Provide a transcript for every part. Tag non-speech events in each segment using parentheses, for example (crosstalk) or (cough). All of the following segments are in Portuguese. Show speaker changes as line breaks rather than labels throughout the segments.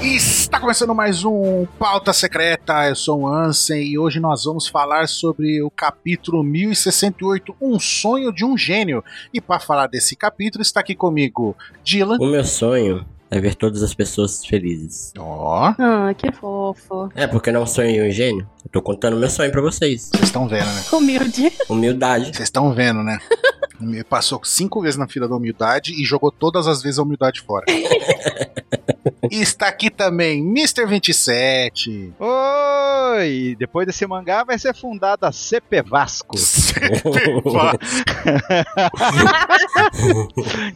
Está começando mais um Pauta Secreta, eu sou o Ansem e hoje nós vamos falar sobre o capítulo 1068, Um Sonho de um Gênio. E para falar desse capítulo está aqui comigo Dylan.
(laughs) O meu sonho é ver todas as pessoas felizes.
Ó,
Ah, que fofo.
É porque não é um sonho de um gênio. Eu tô contando meu sonho pra vocês.
vocês estão vendo, né?
Humilde.
(laughs)
Humildade.
Vocês estão vendo, né? Me Passou cinco vezes na fila da humildade e jogou todas as vezes a humildade fora. E está aqui também Mr. 27.
Oi! Depois desse mangá vai ser fundada a CP Vasco.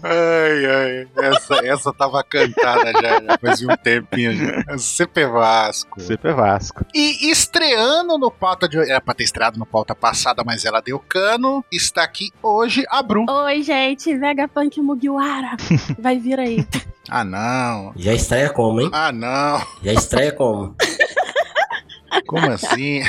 ai, ai, essa, essa tava cantada já, já fazia um tempinho. Já. CP Vasco.
CP Vasco.
E estreando no pauta de. Era pra ter estreado no pauta passada, mas ela deu cano. Está aqui hoje a Bru.
Oi, gente. Vegapunk Mugiwara. Vai vir aí.
Ah, não.
(laughs) Já estreia como, hein?
Ah, não.
Já estreia como?
Como assim?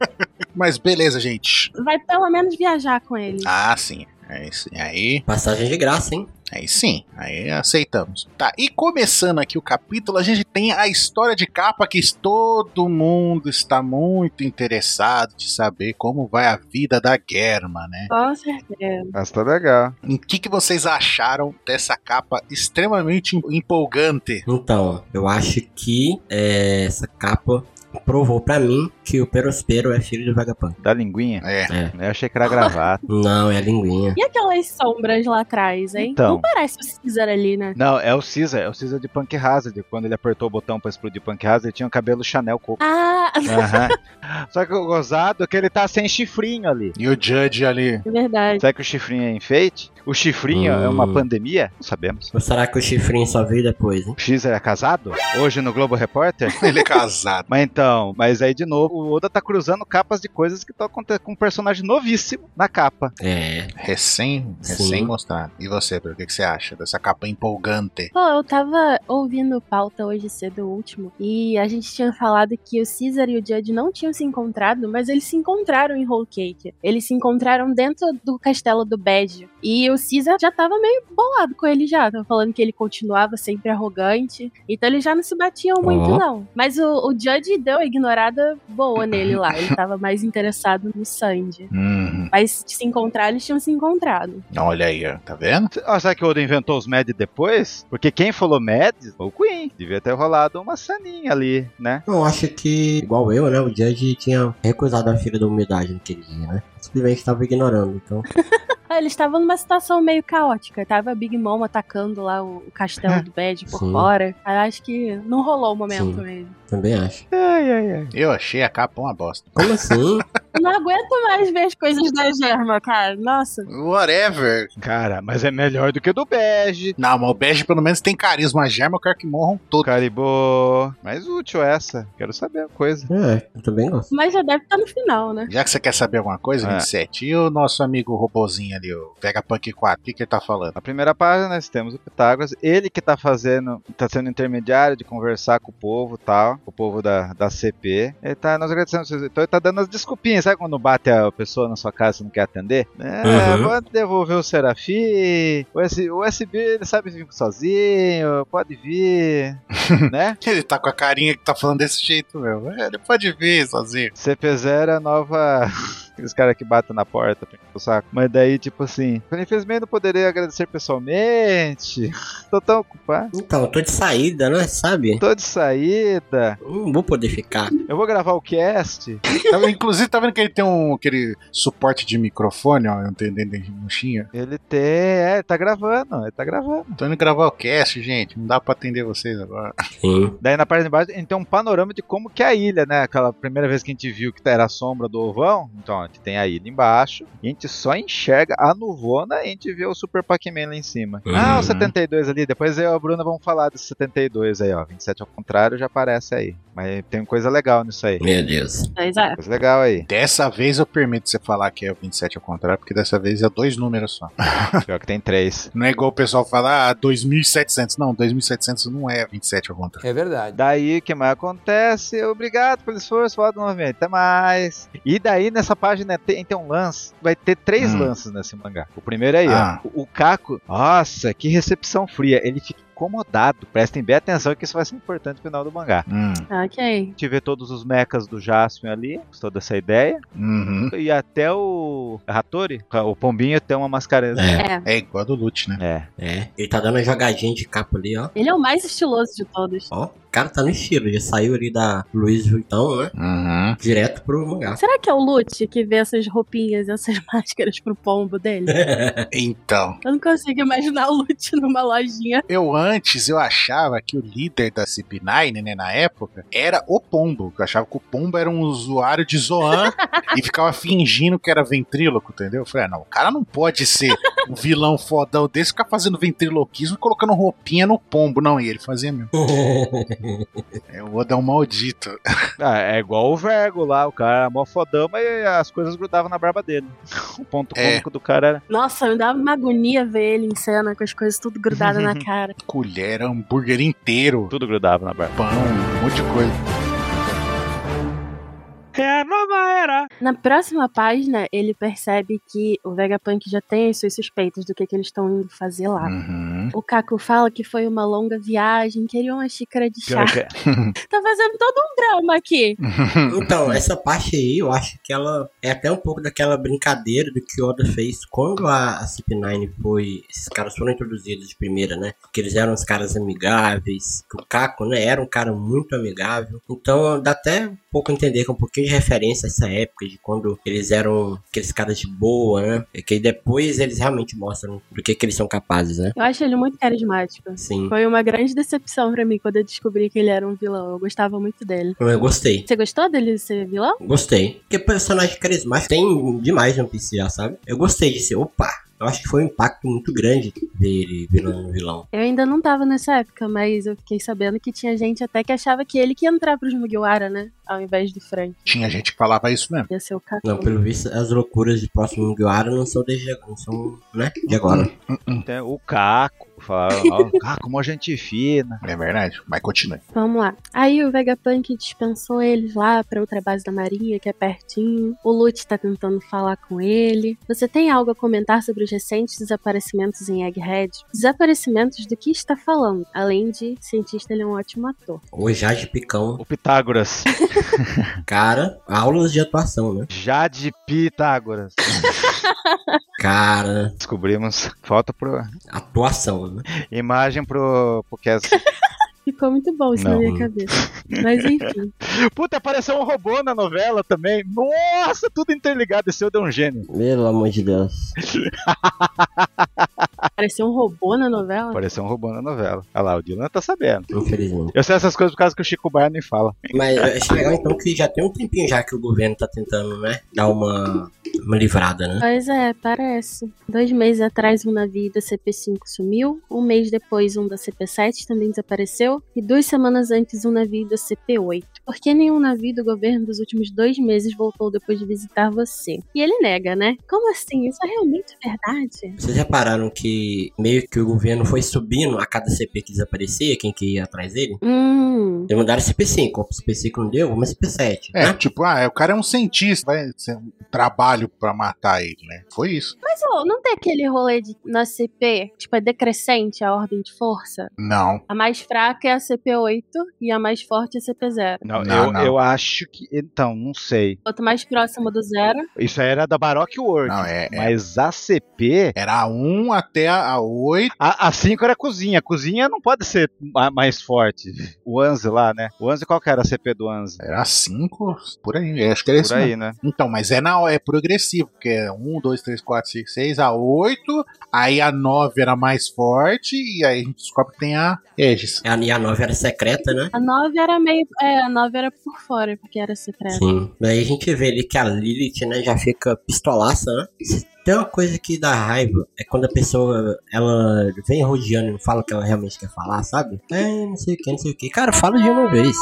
(laughs) mas beleza, gente.
Vai pelo menos viajar com ele.
Ah, sim. Aí, sim. aí,
Passagem de graça, hein?
aí sim, aí aceitamos. Tá, e começando aqui o capítulo, a gente tem a história de capa que todo mundo está muito interessado de saber como vai a vida da Germa, né?
Com certeza.
Mas tá legal.
O que, que vocês acharam dessa capa extremamente empolgante?
Então, eu acho que é, essa capa provou pra mim que o Perospero é filho do Vagapunk.
Da linguinha.
É,
É.
Eu achei que era gravata.
Não, é a linguinha.
E aquelas sombras lá atrás, hein?
Então.
Não parece o Caesar ali, né?
(laughs) Não, é o Caesar, é o Caesar de Punk Hazard. Quando ele apertou o botão pra explodir Punk Hazard, ele tinha o cabelo Chanel coco.
Ah, (laughs)
Aham. (laughs) Só que o gozado é que ele tá sem chifrinho ali.
e o Judge ali.
é verdade.
Será que o chifrinho é enfeite? O chifrinho é uma
Hum.
pandemia? Não sabemos.
Ou será que o chifrinho só veio depois, hein?
O Caesar é casado? Hoje no Globo Repórter?
Ele é casado. (laughs)
Mas então, mas aí de novo, o Oda tá cruzando capas de coisas que estão acontecendo com um personagem novíssimo na capa.
É.
Recém,
Sim.
recém mostrado. E você, Pedro, o que, que você acha dessa capa empolgante?
Pô, eu tava ouvindo pauta hoje cedo, o último, e a gente tinha falado que o Caesar e o Judge não tinham se encontrado, mas eles se encontraram em Whole Cake. Eles se encontraram dentro do castelo do Bad. E o Caesar já tava meio bolado com ele já. Tava falando que ele continuava sempre arrogante. Então eles já não se batiam muito,
Ó.
não. Mas o, o Judge deu a ignorada boa nele lá. Ele tava mais interessado no Sandy.
Hum,
Mas se encontrar, eles tinham se encontrado.
olha aí, ó, tá vendo?
Ah, será que o Oda inventou os Mad depois? Porque quem falou Mad foi o Queen. Devia ter rolado uma saninha ali, né?
Eu acho que, igual eu, né? O Judge tinha recusado a filha da humildade naquele dia, né? Simplesmente tava ignorando, então.
Ah, eles estavam numa situação meio caótica. Tava a Big Mom atacando lá o o castelo do Bad por
É. Sim.
fora. Aí eu acho que não rolou o momento
Sim.
mesmo.
Também acho.
Ai, ai, ai.
Eu achei a capa uma bosta.
Como assim?
Eu não aguento mais ver as coisas da Germa, cara. Nossa.
Whatever.
Cara, mas é melhor do que o do Bege.
Não, mas o Bege pelo menos tem carisma. A Germa eu quero que morram
O
todos.
Caribou. Mais útil essa. Quero saber a coisa.
(laughs) É, eu também gosto.
Mas já deve estar no final, né?
Já que você quer saber alguma coisa,
É.
27, e o nosso amigo robozinho ali, o Vegapunk 4, o que, que ele tá falando?
Na primeira página nós temos o Pitágoras, ele que tá fazendo, tá sendo intermediário de conversar com o povo e tal, com o povo da, da CP. Ele tá, nós agradecemos, vocês. então ele tá dando as desculpinhas, sabe quando bate a pessoa na sua casa e não quer atender? É,
Uhum.
pode devolver o Serafim, o, S, o SB ele sabe vir sozinho, pode vir, né?
Ele tá com a carinha que tá falando desse jeito, meu. É, Ele pode vir
(laughs)
sozinho.
CP0 é a nova. (laughs) Aqueles caras que batem na porta pra encher o saco. Mas daí, tipo assim, infelizmente não poderia agradecer pessoalmente. (laughs) Tô tão ocupado.
Então, eu tô de saída, né? Sabe?
Tô de saída.
Não vou poder ficar.
Eu vou gravar o cast.
Tá- Inclusive, tá vendo que ele tem um, aquele suporte de microfone, ó, entendendo um de mochinha?
Ele tem. É, ele tá gravando, ele tá gravando.
Tô indo gravar o cast, gente. Não dá pra atender vocês agora.
Sim.
Daí na parte de baixo a gente tem um panorama de como que é a ilha, né? Aquela primeira vez que a gente viu que era a sombra do ovão. Então a gente tem a ilha embaixo. E a gente só enxerga a nuvona e a gente vê o Super Pac-Man lá em cima.
Uhum.
Ah, o 72 ali. Depois eu e a Bruna vamos falar desse 72 aí, ó. 27 ao contrário já aparece aí. Mas tem coisa legal nisso aí.
Meu Deus.
Mas é.
Coisa legal aí.
Dessa vez eu permito você falar que é o 27 ao contrário, porque dessa vez é dois números só.
Pior que tem três.
Não é igual o pessoal falar, ah, 2700. Não, 2700 não é 27 ao contrário.
É verdade.
Daí o que mais acontece? Obrigado pelo esforço, volta novamente. Até mais. E daí nessa página tem, tem um lance. Vai ter três
Hum.
lances nesse mangá. O primeiro aí,
Ah.
ó. O, o Caco, nossa, que recepção fria. Ele fica incomodado. Prestem bem atenção que isso vai ser importante no final do mangá.
Hum,
Ok.
A gente vê todos os mechas do Jaspion ali, gostou dessa ideia.
uhum.
E até o Hattori, o Pombinho tem uma mascarinha.
É.
É.
É igual a do Lute, né?
É.
É, ele tá dando uma jogadinha de capa ali, ó.
Ele é o mais estiloso de todos.
Ó, o cara tá no estilo, já saiu ali da Luiz Vuitton, né?
Uhum.
Direto pro (laughs) mangá.
Será que é o Lute que vê essas roupinhas, essas (laughs) máscaras pro pombo dele?
É.
Então,
Eu não consigo imaginar o Lute numa lojinha.
eu antes eu achava que o líder da CP9, né, na época, era o Pombo. Eu achava que o Pombo era um usuário de Zoan e ficava fingindo que era ventríloco, entendeu? Eu falei, ah, não, o cara não pode ser um vilão fodão desse, ficar fazendo ventriloquismo e colocando roupinha no pombo. Não, e ele fazia mesmo. É o Oda é um maldito.
Ah, é igual o Vergo lá, o cara era mó fodão, mas as coisas grudavam na barba dele. (laughs) O ponto
É.
cômico do cara era.
Nossa, me dava uma agonia ver ele em cena com as coisas tudo
(laughs)
grudadas na cara.
Colher, hambúrguer inteiro,
Tudo grudava na barba.
pão, um monte de coisa.
É a nova era!
Na próxima página, ele percebe que o Vegapunk já tem as suas suspeitas do que, que eles estão indo fazer lá.
Uhum.
O Kaku fala que foi uma longa viagem, queria uma xícara de chá. (laughs) Tá fazendo todo um drama aqui.
então, essa parte aí, eu acho que ela é até um pouco daquela brincadeira do que o Oda fez quando a, a CP9 foi... Esses caras foram introduzidos de primeira, né? Que eles eram os caras amigáveis, que o Caco, né, era um cara muito amigável. Então, dá até um pouco a entender que é um pouquinho de referência a essa época, de quando eles eram aqueles caras de boa, né? E que aí depois eles realmente mostram do que, que eles são capazes, né?
Eu acho ele muito carismático.
Sim.
Foi uma grande decepção pra mim quando eu descobri que ele era um vilão. Eu gostava muito dele.
Eu gostei.
Você gostou dele ser vilão?
Gostei. Porque personagem carismático tem demais no PC, sabe? Eu gostei de ser. Opa! Eu acho que foi um impacto muito grande dele virando um vilão.
Eu ainda não tava nessa época, mas eu fiquei sabendo que tinha gente até que achava que ele que ia entrar pros Mugiwara, né? Ao invés do Frank.
Tinha gente que falava isso mesmo.
Ia ser o Kaku.
Não, pelo visto, as loucuras de próximo Mugiwara não são desde agora, não são, né? De agora.
(laughs) Tem o Caco. Falaram, ó, (laughs) o Caco, uma gente fina.
É verdade, mas continue.
Vamos lá. Aí o Vegapunk dispensou eles lá pra outra base da Marinha, que é pertinho. O Lute tá tentando falar com ele. Você tem algo a comentar sobre os recentes desaparecimentos em Egghead? Desaparecimentos do que está falando? Além de cientista, ele é um ótimo ator.
O Jade Picão,
O Pitágoras.
cara, aulas de atuação, né?
Jade Pitágoras.
Cara,
Descobrimos. Falta pro.
atuação, né?
Imagem pro. pro Kes.
Ficou muito bom isso na
Não.
minha cabeça. Mas enfim.
(laughs) Puta, apareceu um robô na novela também. Nossa, tudo interligado. Esse eu dei um gênio.
Pelo amor de Deus.
Pareceu um robô na novela?
Apareceu um robô na novela. Olha lá, o Dylan tá sabendo.
Infelizmente.
Eu sei essas coisas por causa que o Chico Barney fala.
Mas eu achei legal então que já tem um tempinho já que o governo tá tentando, né? Dar uma, uma livrada, né?
Pois é, parece. Dois meses atrás, um navio da CP5 sumiu. Um mês depois, um da CP7 também desapareceu. E duas semanas antes, um navio da CP8. Por que nenhum navio do governo dos últimos dois meses voltou depois de visitar você? E ele nega, né? Como assim? Isso é realmente verdade?
Vocês repararam que meio que o governo foi subindo a cada CP que desaparecia, quem que ia atrás dele?
Hum.
Eles mandaram CP5, ó, CP5 não deu, vamos CP7.
É,
né?
tipo, ah, o cara é um cientista, vai ser um trabalho pra matar ele, né? Foi isso.
Mas ô, não tem aquele rolê de, na CP, tipo, é decrescente a ordem de força?
Não.
A mais fraca é a CP8 e a mais forte é a CP0.
Não,
Não,
eu,
não.
eu acho que. Então, não sei.
Quanto mais próximo do zero,
Isso aí era da Baroque World.
Não, é. é-
Mas a CP.
Era a 1 até a 8.
A, a 5 era a cozinha. A cozinha não pode ser ma- mais forte. O Anze lá, né? O Anze, qual que era a CP do Anze?
Era a 5, por aí. eu Acho que era
Por
isso. mesmo.
aí, né?
Então, mas é, na, é progressivo, porque é 1, 2, 3, 4, 5, 6, a 8. Aí a 9 era mais forte. E aí a gente descobre que tem a Aegis.
A, e a 9 era secreta, né?
A 9 era meio. É, a 9 era por fora, porque era secreta.
Sim. Daí a gente vê ali que a Lilith, né, já fica pistolaça, né? Se Tem uma coisa que dá raiva, é quando a pessoa, ela vem rodeando e não fala o que ela realmente quer falar, sabe? É, não sei o que, não sei o que. Cara, fala de uma vez.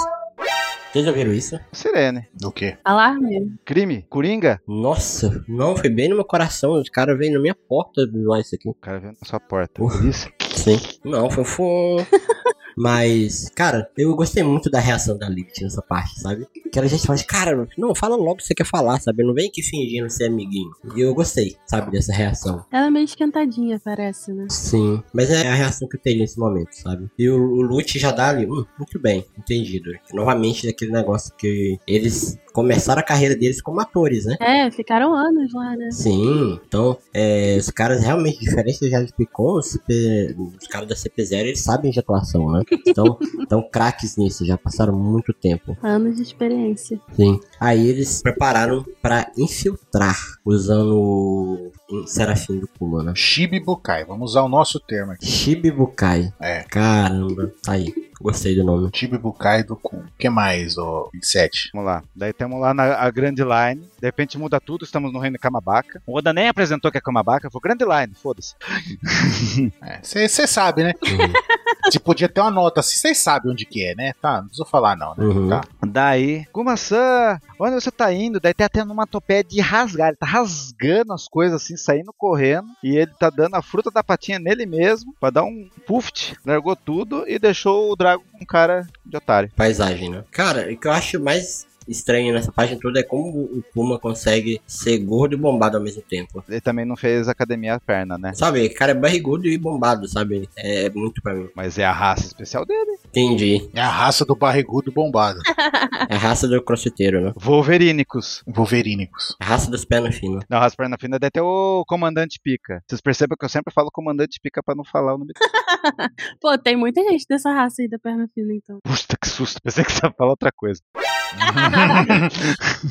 Vocês já viram isso?
Sirene.
Do quê?
Alarme.
Crime. Coringa.
Nossa, não, foi bem no meu coração. Os caras veio na minha porta lá isso aqui.
O cara veio na sua porta.
Porra.
Por isso.
Sim. Não, foi, foi (laughs) Mas, cara, eu gostei muito da reação da Lipton nessa parte, sabe? Que ela gente fala, assim, cara, não, fala logo o que você quer falar, sabe? Não vem aqui fingindo ser amiguinho. E eu gostei, sabe, dessa reação.
Ela é meio esquentadinha, parece, né?
Sim, mas é a reação que eu teria nesse momento, sabe? E o, o Lute já dá ali, hum, muito bem, entendido. Novamente, aquele negócio que eles começaram a carreira deles como atores, né?
É, ficaram anos lá, né?
Sim, então, é, os caras realmente, diferente do Jade Picon, os, CP os caras da CP0, eles sabem de atuação, né? Então, (laughs) então craques nisso, já passaram muito tempo.
Anos de experiência.
Sim. Aí eles prepararam pra infiltrar, usando o um Serafim do Kuma, né?
Shibibukai, vamos usar o nosso termo aqui.
Shibibukai.
É,
Caramba, tá aí. Gostei do nome.
Shibibukai do Kun. O que mais, ô 27?
Vamos lá. Daí temos lá na a Grand Line. De repente muda tudo, estamos no reino de Kamabaka. O Oda nem apresentou que é Kamabaka, falou Grand Line, foda-se.
Você É, sabe, né?
Uhum.
Você podia ter uma nota assim, vocês sabem onde que é, né? Tá, não preciso falar não, né?
Uhum.
Tá.
Daí, Kuma-san, onde você tá indo? Daí tem até numa topé de rasgar. Ele tá rasgando as coisas assim, saindo correndo. E ele tá dando a fruta da patinha nele mesmo, pra dar um puft. Largou tudo e deixou o Drago com cara de otário.
(laughs) Paisagem, né? Cara, o que eu acho mais estranho nessa página toda é como o Kuma consegue ser gordo e bombado ao mesmo tempo.
Ele também não fez academia à perna, né?
Sabe, cara é barrigudo e bombado, sabe? É muito pra mim.
Mas é a raça especial dele.
Entendi.
É a raça do barrigudo bombado.
É a raça do crossfiteiro, né? É
Wolverínicos.
Wolverínicos.
A raça dos pernas finas.
Não, raspa na fina deve ter o comandante pica. Vocês percebem que eu sempre falo comandante pica pra não falar o nome dele. (laughs)
Pô, tem muita gente dessa raça aí da perna fina,
(laughs)
então.
Puta que susto, pensei que você ia falar outra coisa. (laughs)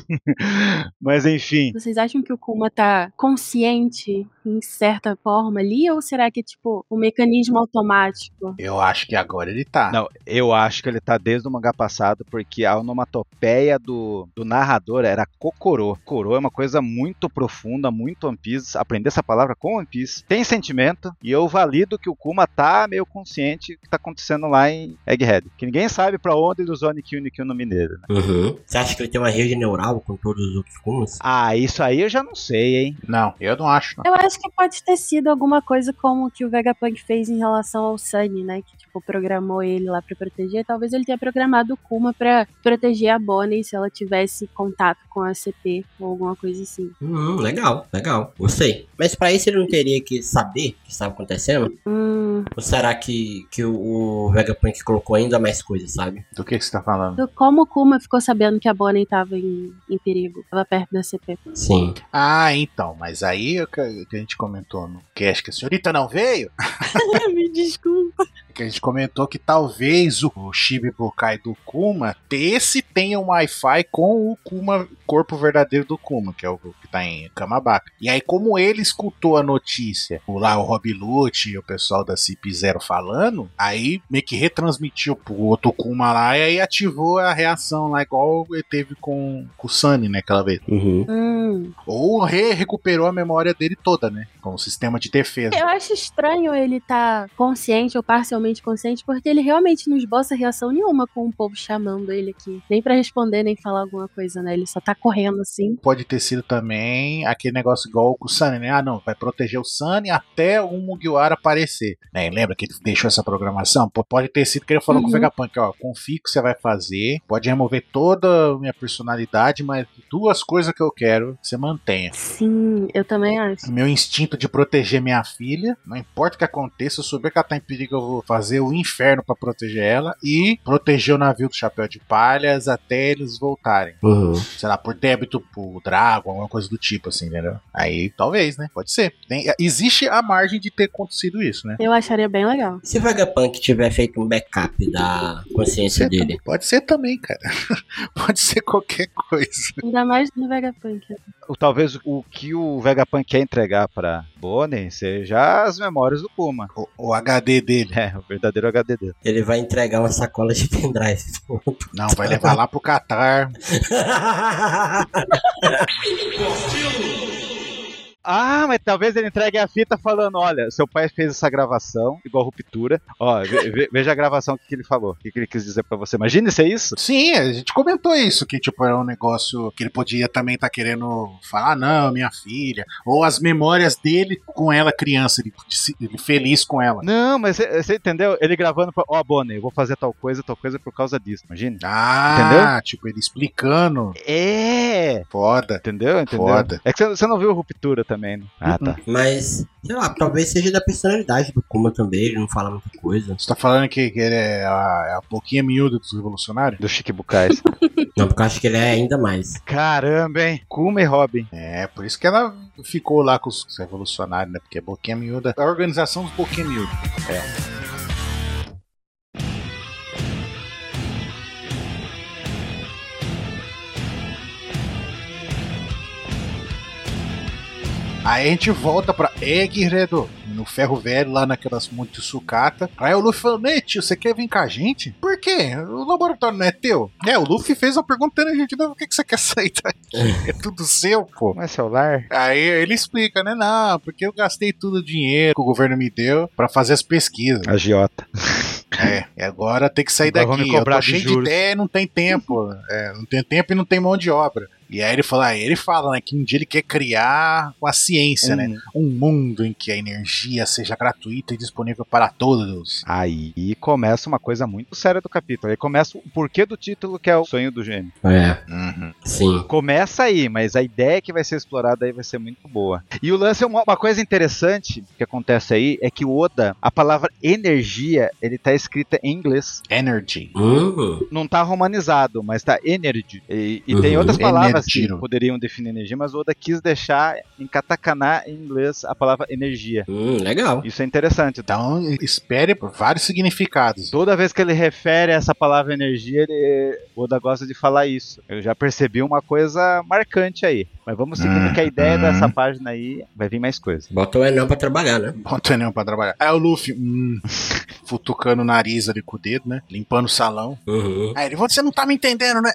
Mas enfim,
Vocês acham que o Kuma tá consciente em certa forma ali? Ou será que é tipo um mecanismo automático?
Eu acho que agora ele tá.
Não, eu acho que ele tá desde o mangá passado, porque a onomatopeia do, do narrador era Kokoro. Kokoro é uma coisa muito profunda, muito One Piece. Aprender essa palavra com One Piece tem sentimento, e eu valido que o Kuma tá meio consciente do que tá acontecendo lá em Egghead. Que ninguém sabe pra onde ele usou Nikyun Nikyun no Mineiro, né?
Uhum. Você acha que ele tem uma rede neural com todos os outros Kumas?
Ah, isso aí eu já não sei, hein?
Não, eu não acho, não.
Eu acho que pode ter sido alguma coisa como o que o Vegapunk fez em relação ao Sunny, né? Que, tipo, programou ele lá pra proteger. Talvez ele tenha programado o Kuma pra proteger a Bonnie se ela tivesse contato com a CP ou alguma coisa assim.
Hum, legal, legal. Gostei. Mas pra isso ele não teria que saber o que estava acontecendo?
Hum,
Ou será que, que o, o Vegapunk colocou ainda mais coisas, sabe?
Do que, que você tá falando?
do como o Kuma ficou sabendo que a Bonnie tava em, em perigo, tava perto da (laughs) CP.
Sim.
Ah, então, mas aí o que o que a gente comentou no cast que a senhorita não veio,
Me desculpa.
que a gente comentou que talvez o Shibibukai do Kuma, esse tenha um Wi-Fi com o Kuma, corpo verdadeiro do Kuma, que é o que tá em Kamabaka. E aí, como ele escutou a notícia, o lá o Rob Lute e o pessoal da CP0 falando, aí meio que retransmitiu pro outro Kuma lá e aí ativou a reação lá, igual ele teve com, com o Sunny, né, aquela vez.
Uhum.
Hum.
Ou re recuperou a memória dele toda, né, com o sistema de defesa.
Eu acho estranho ele estar consciente ou parcialmente consciente, porque ele realmente não esboça reação nenhuma com o povo chamando ele aqui. Nem pra responder, nem falar alguma coisa, né? Ele só tá correndo assim.
Pode ter sido também aquele negócio igual com o Sunny, né? Ah, não, vai proteger o Sunny até o Mugiwara aparecer. Né? E Lembra que ele deixou essa programação? Pô, pode ter sido que ele falou com
Uhum.
o Vegapunk, ó, confio que você vai fazer, pode remover toda a minha personalidade, mas duas coisas que eu quero que você mantenha.
Sim, eu também acho.
Meu instinto de proteger minha filha, não importa o que aconteça, se eu souber que ela tá em perigo, eu vou fazer o inferno pra proteger ela e proteger o navio do Chapéu de Palhas até eles voltarem
Uhum.
sei lá, por débito pro Drago, alguma coisa do tipo, assim, entendeu? Aí talvez, né? Pode ser. Tem- existe a margem de ter acontecido isso, né?
Eu acharia bem legal.
Se o Vegapunk tiver feito um backup da consciência
Pode ser
dele,
também- Pode ser também, cara. (laughs) Pode ser qualquer coisa.
Ainda mais no Vegapunk.
Ou talvez o que o Vegapunk quer entregar pra Bonnie seja as memórias do Kuma. (laughs)
O, o HD dele.
É, o verdadeiro HD dele.
ele vai entregar uma sacola de pendrive. (laughs)
Não, vai levar lá pro Catar.
Ah, mas talvez ele entregue a fita falando: olha, seu pai fez essa gravação, igual ruptura. Ó, ve- ve- veja a gravação o que, que ele falou, o que, que ele quis dizer pra você. Imagina se é isso?
Sim, a gente comentou isso, que tipo, é um negócio que ele podia também estar querendo falar, "Ah, não, minha filha, ou as memórias dele com ela criança, ele, ele feliz com ela.
Não, mas você entendeu? Ele gravando: pra- ó, Bonnie, eu vou fazer tal coisa, tal coisa por causa disso. Imagina?
Ah, tipo, ele explicando.
É!
Foda.
Entendeu? Entendeu?
Foda.
É que você- você não viu ruptura também, né? Ah, tá.
Mas, sei lá, talvez seja da personalidade do Kuma também, ele não fala muita coisa.
Você tá falando que, que ele é a, é a boquinha miúda dos revolucionários?
Do Chique Bucais. (laughs)
Não, porque eu acho que ele é ainda mais.
Caramba, hein? Kuma e Robin.
É, por isso que ela ficou lá com os revolucionários, né? Porque é boquinha miúda. A organização dos boquinha miúda. É. Aí a gente volta pra Eggredo, no ferro velho, lá naquelas montes de sucata. Aí o Luffy falou, Ney, tio, você quer vir com a gente? Por quê? O laboratório não é teu? É, o Luffy fez uma pergunta a gente, não, por que, que você quer sair daqui? É tudo seu, pô.
Como é celular?
Aí ele explica, né? Não, porque eu gastei tudo o dinheiro que o governo me deu pra fazer as pesquisas.
Agiota.
É, e agora tem que sair
Agora vão
daqui.
me
Eu
cobrar
tô
de
cheio de
juros.
ideia e não tem tempo.
(laughs)
É, não tem tempo e não tem mão de obra. E aí ele fala, aí ele fala, né, que um dia ele quer criar a ciência, né? Um mundo em que a energia seja gratuita e disponível para todos.
Aí começa uma coisa muito séria do capítulo. Aí começa o porquê do título, que é o sonho do gênio.
É,
Uhum.
sim.
Começa aí, mas a ideia que vai ser explorada aí vai ser muito boa. E o lance é uma, uma coisa interessante que acontece aí é que o Oda, a palavra energia, ele tá escrita em inglês.
Energy.
Hum,
Não tá romanizado, mas tá energy. E, e
Uhum.
tem outras palavras
Energiro.
que poderiam definir energia, mas o Oda quis deixar em katakana em inglês a palavra energia.
hum, legal.
Isso é interessante.
Então, espere por vários significados.
Toda vez que ele refere essa palavra energia, ele, o Oda gosta de falar isso. Eu já percebi uma coisa marcante aí. Mas vamos seguindo
Hum,
que a ideia
hum.
dessa página aí vai vir mais coisa.
Bota o Enel pra trabalhar, né?
Bota o anel pra trabalhar. Aí o Luffy, hum, (laughs) futucando o nariz ali com o dedo, né? Limpando o salão.
Uhum.
Aí ele, você não tá me entendendo,
(laughs)
né?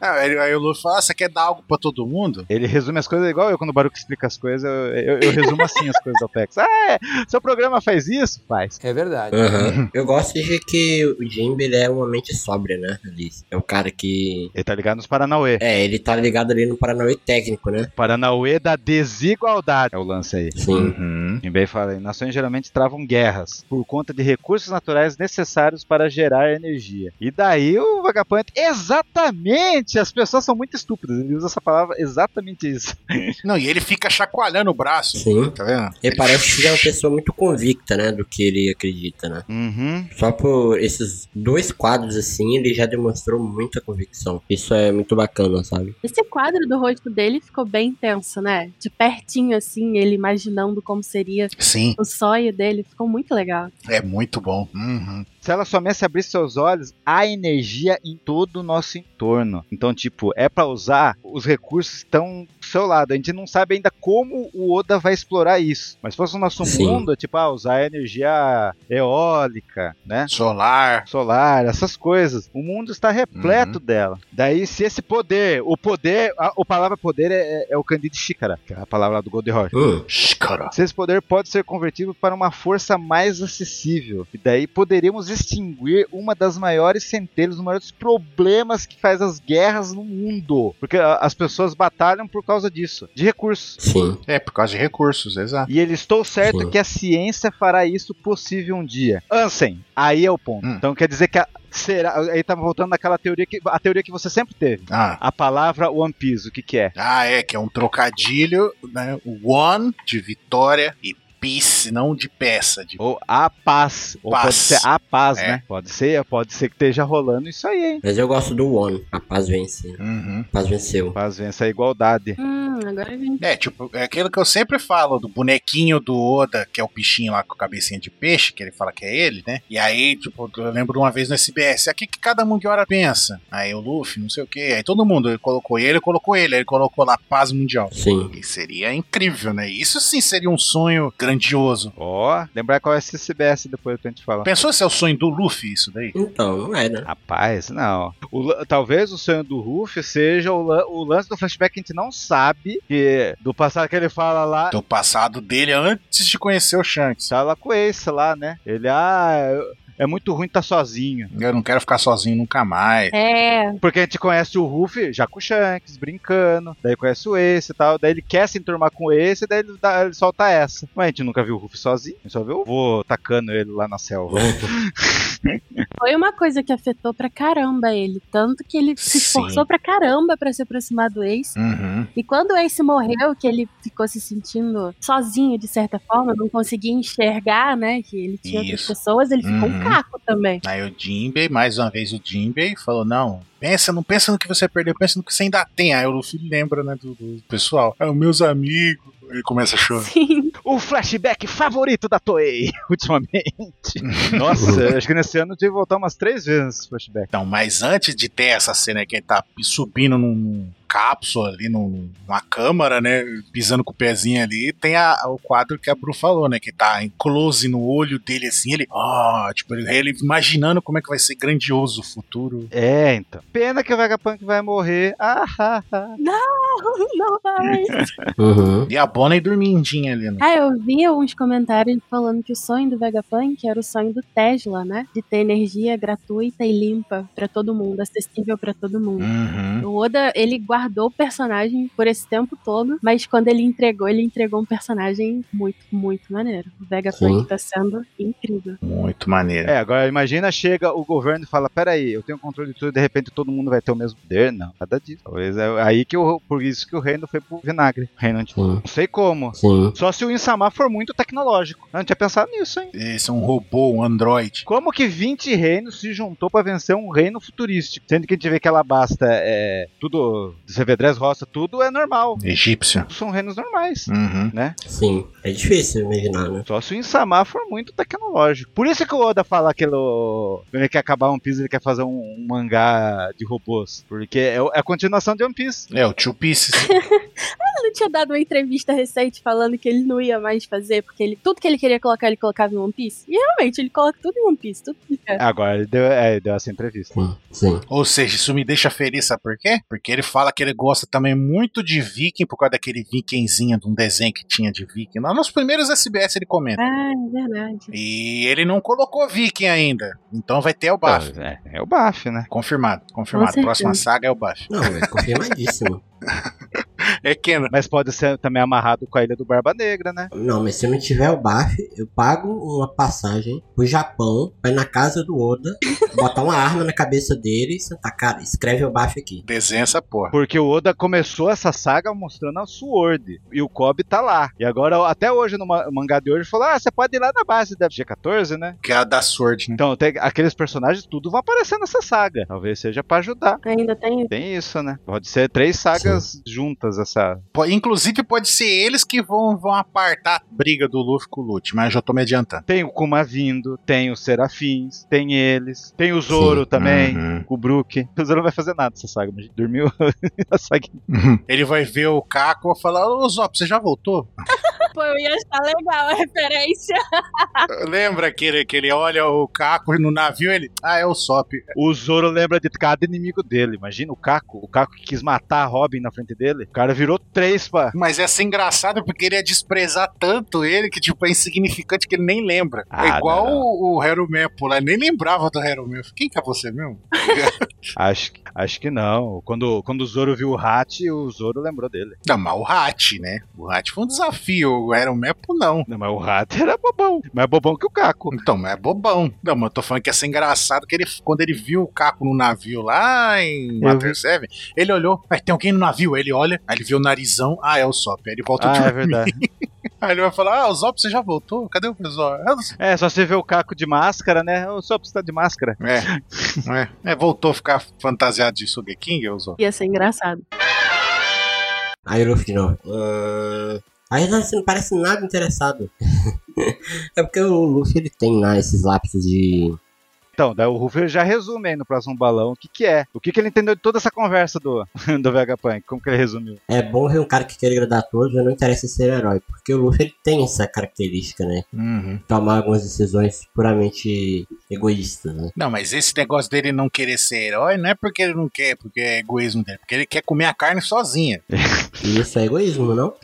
aí, ele- aí o Luffy fala, "Ah, você quer dar algo pra todo mundo?
Ele resume as coisas igual eu, quando o Baruco explica as coisas, eu, eu- eu resumo assim as coisas do Apex. (laughs) Ah, é, seu programa faz isso? Faz.
É verdade.
Uhum. Eu gosto de que o Jimbe ele é uma mente sóbria, né? Ele é o cara que.
Ele tá ligado nos Paranauê.
É, ele tá ligado ali no Paranauê técnico, né?
Paranauê da desigualdade. É o lance aí.
Sim.
Jinbei fala aí, nações geralmente travam guerras por conta de recursos naturais necessários para gerar energia. E daí o Vagapunk, exatamente! As pessoas são muito estúpidas, ele usa essa palavra exatamente isso.
Não, e ele fica chacoalhando o braço.
Sim.
Tá vendo?
Ele parece que é uma pessoa muito convicta, né? Do que ele acredita, né?
Uhum.
Só por esses dois quadros assim, ele já demonstrou muita convicção. Isso é muito bacana, sabe?
Esse quadro do rosto dele ficou bem tenso, né? De pertinho, assim, ele imaginando como seria
Sim,
o sonho dele. Ficou muito legal.
é muito bom. Uhum.
Se ela somente abrir seus olhos, há energia em todo o nosso entorno. Então, tipo, é pra usar, os recursos estão do seu lado. A gente não sabe ainda como o Oda vai explorar isso. Mas se fosse o nosso
Sim.
mundo, é tipo, ah, usar energia eólica, né?
Solar.
solar, essas coisas. O mundo está repleto dela. Daí, se esse poder, o poder, a, a palavra poder é, é- é o Candido Xícara, que é a palavra lá do Gold Roger.
Hum,
Xícara.
Se esse poder pode ser convertido para uma força mais acessível, e daí poderíamos extinguir uma das maiores centelhas, um dos maiores problemas que faz as guerras no mundo. Porque a- as pessoas batalham por causa disso, de recursos.
sim.
É, por causa de recursos, exato.
E ele estou certo
Sim.
que a ciência fará isso possível um dia. Ansem, aí é o ponto.
Hum.
Então quer dizer que a, será, aí tá voltando naquela teoria que a teoria que você sempre teve.
Ah.
A palavra One Piece, o que que é?
ah, é, que é um trocadilho, né? One de vitória e peace, não de peça. De...
Ou a paz, ou
Paz.
pode ser a paz,
É.
né? Pode ser, pode ser que esteja rolando isso aí, hein?
Mas eu gosto do One. A paz vence. né?
Uhum.
A paz venceu.
Paz vence a igualdade.
Hum, agora a gente.
É, tipo, é aquilo que eu sempre falo do bonequinho do Oda, que é o bichinho lá com a cabecinha de peixe, que ele fala que é ele, né? E aí, tipo, eu lembro uma vez no SBS, aqui que cada Mugiwara pensa. Aí o Luffy, não sei o quê, aí todo mundo, ele colocou ele, colocou ele, aí ele colocou lá paz mundial.
Sim.
E seria incrível, né? Isso sim seria um sonho grandioso.
Ó, lembrar qual é esse CBS depois pra gente falar.
Pensou se é o sonho do Luffy isso daí?
Então, não é, né?
Rapaz, não. O lan- talvez o sonho do Ruff seja o, lan- o lance do flashback que a gente não sabe sabe que do passado que ele fala lá,
Do passado dele antes de conhecer o Shanks.
tá lá com o Ace lá, né? Ele, ah, eu- é muito ruim tá sozinho.
Eu não quero ficar sozinho nunca mais.
É,
Porque a gente conhece o Ruffy já com o Shanks, brincando, daí conhece o Ace e tal, daí ele quer se enturmar com o Ace, daí ele, dá- ele solta essa. Mas a gente nunca viu o Ruffy sozinho, a gente só viu o vô tacando ele lá na selva.
foi uma coisa que afetou pra caramba ele. Tanto que ele se
Sim.
esforçou pra caramba pra se aproximar do ex.
Uhum.
E quando o Ace morreu, que ele ficou se sentindo sozinho de certa forma, não conseguia enxergar, né? Que ele tinha
Isso.
outras pessoas, ele ficou um
Uhum.
caco
(laughs)
também.
Aí o Jinbei, mais uma vez o Jinbei, falou: Não, pensa, não pensa no que você perdeu, pensa no que você ainda tem. Aí o Luffy lembra, né, do, do pessoal. Ah, os meus amigos. Ele começa a chorar.
Sim. (laughs)
o flashback favorito da Toei, (laughs) ultimamente. Nossa, acho que nesse ano eu tive que voltar umas três vezes esse flashback.
Então, mas antes de ter essa cena que ele tá subindo num, num cápsula ali, num- numa câmara, né? Pisando com o pezinho ali, tem a- o quadro que a Bru falou, né? Que tá em close no olho dele assim, ele. ó, tipo, ele, ele imaginando como é que vai ser grandioso o futuro.
É, então. Pena que o Vegapunk vai morrer. Ah, ah, ah.
não vai.
(laughs)
Uhum.
E a Bonnie dormindinha ali, né?
Ah, eu vi uns comentários falando que o sonho do Vegapunk era o sonho do Tesla, né? De ter energia gratuita e limpa pra todo mundo, acessível pra todo mundo.
Uhum.
O Oda, ele guardou o personagem por esse tempo todo, mas quando ele entregou, ele entregou um personagem muito, muito maneiro. O Vegapunk
Sim.
tá sendo incrível.
Muito maneiro.
É, agora imagina, chega o governo e fala, peraí, eu tenho controle de tudo, de repente todo mundo vai ter o mesmo poder? Não, nada disso. Talvez é aí que eu, por isso que o reino foi pro vinagre. O reino, tipo,
Sim.
não sei como.
Sim.
Só se o Insama for muito tecnológico. Eu não tinha pensado nisso, hein?
Esse é um robô, um android.
Como que 20 reinos se juntou pra vencer um reino futurístico? Sendo que a gente vê que ela basta, é, tudo, você vê Dress Roça, tudo é normal.
Egípcio.
São reinos normais.
Uhum.
Sim. É difícil imaginar, né?
Só se o Insama for muito tecnológico. Por isso que o Oda fala que ele, quando ele quer acabar One Piece, ele quer fazer um, um mangá de robôs. Porque é, o- é a continuação de One Piece.
É, o Two Pieces.
Ele tinha dado uma entrevista recente falando que ele não ia mais fazer, porque ele, tudo que ele queria colocar, ele colocava em One Piece. E realmente, ele coloca tudo em One Piece, tudo que ele quer.
Agora ele deu, é, ele deu essa entrevista.
Sim. Sim.
Ou seja, isso me deixa feliz, sabe por quê? Porque ele fala que ele gosta também muito de Viking, por causa daquele Vikingzinho, de um desenho que tinha de Viking. Lá nos primeiros SBS ele comenta.
Ah, é verdade.
E ele não colocou Viking ainda. Então vai ter o Baf.
É, é o Baf, né?
Confirmado, confirmado.
certeza.
Próxima saga é o Baf.
Não, é confirmadíssimo. (laughs)
É Kenan.
Mas pode ser também amarrado com a Ilha do Barba Negra, né?
Não, mas se eu não tiver o BAF, eu pago uma passagem pro Japão, vai na casa do Oda, botar uma arma na cabeça dele e sentar, cara, escreve o BAF aqui.
Desenha essa porra.
Porque o Oda começou essa saga mostrando a Sword. E o Kobe tá lá. E agora, até hoje, no ma- mangá de hoje, falou: Ah, você pode ir lá na base da G14, né?
Que é a da Sword, né?
Então, tem, aqueles personagens tudo vão aparecer nessa saga. Talvez seja pra ajudar.
Ainda tem.
Tem isso, né? Pode ser três sagas juntas essa.
Po- Inclusive, pode ser eles que vão, vão apartar a briga do Luffy com o Lute, mas eu já tô me adiantando.
Tem o Kuma vindo, tem os Serafins, tem eles, tem o Zoro
Sim.
também.
Uhum.
O Brook. O Zoro não vai fazer nada essa saga, mas dormiu (laughs) a saga.
Ele vai ver o Caco e vai falar: Ô Zop, você já voltou?
Pô, eu ia achar legal a referência.
Lembra que ele, que ele olha o Caco no navio ele. Ah, é o Sop.
O Zoro lembra de cada inimigo dele. Imagina o Caco. O Caco que quis matar a Robin na frente dele. O cara virou três (laughs) pra.
Mas essa é engraçado porque ele ia desprezar tanto ele que tipo, é insignificante que ele nem lembra. é
Ah,
igual
não, não.
o, o Herumé, pô, lá. ele nem lembrava do Herumé. Quem que é você mesmo?
Acho, que- acho que não. Quando, quando o Zoro viu o Hat, o Zoro lembrou dele.
não, mas o Hat, né? O Hat foi um desafio, o Herumé, pô, não.
Não, mas o Hat era bobão. Mais bobão que o Caco.
Então, mas é bobão. Não, mas eu tô falando que ia ser engraçado que ele, quando ele viu o Caco no navio lá em Water Seven, ele olhou, mas tem alguém no navio, Aí ele olha, aí ele vê o narizão, ah, é o Sop. Aí ele volta
Ah,
de
é verdade.
Aí ele vai falar: Ah, o Zop, você já voltou? Cadê o pessoal? (laughs) Eu não sei.
(laughs) É, só você vê o Caco de máscara, né? Eu só preciso tá de máscara.
É, é, é, voltou a ficar fantasiado de Sugeking, o Zop?
Ia ser engraçado.
Aí o Luffy de novo. "Hum." Aí você não parece nada interessado. (laughs) é porque o Luffy ele tem lá esses lápis de.
Então, daí o Ruffy já resume aí no próximo balão o que que é. O que que ele entendeu de toda essa conversa do, (laughs) do Vegapunk. Como que ele resumiu?
É bom ver um cara que quer agradar a todos, mas não interessa ser um herói. Porque o Luffy ele tem essa característica, né?
Uhum.
Tomar algumas decisões puramente egoístas, né?
Não, mas esse negócio dele não querer ser herói não é porque ele não quer, porque é egoísmo dele, porque ele quer comer a carne sozinha.
E isso é egoísmo, não?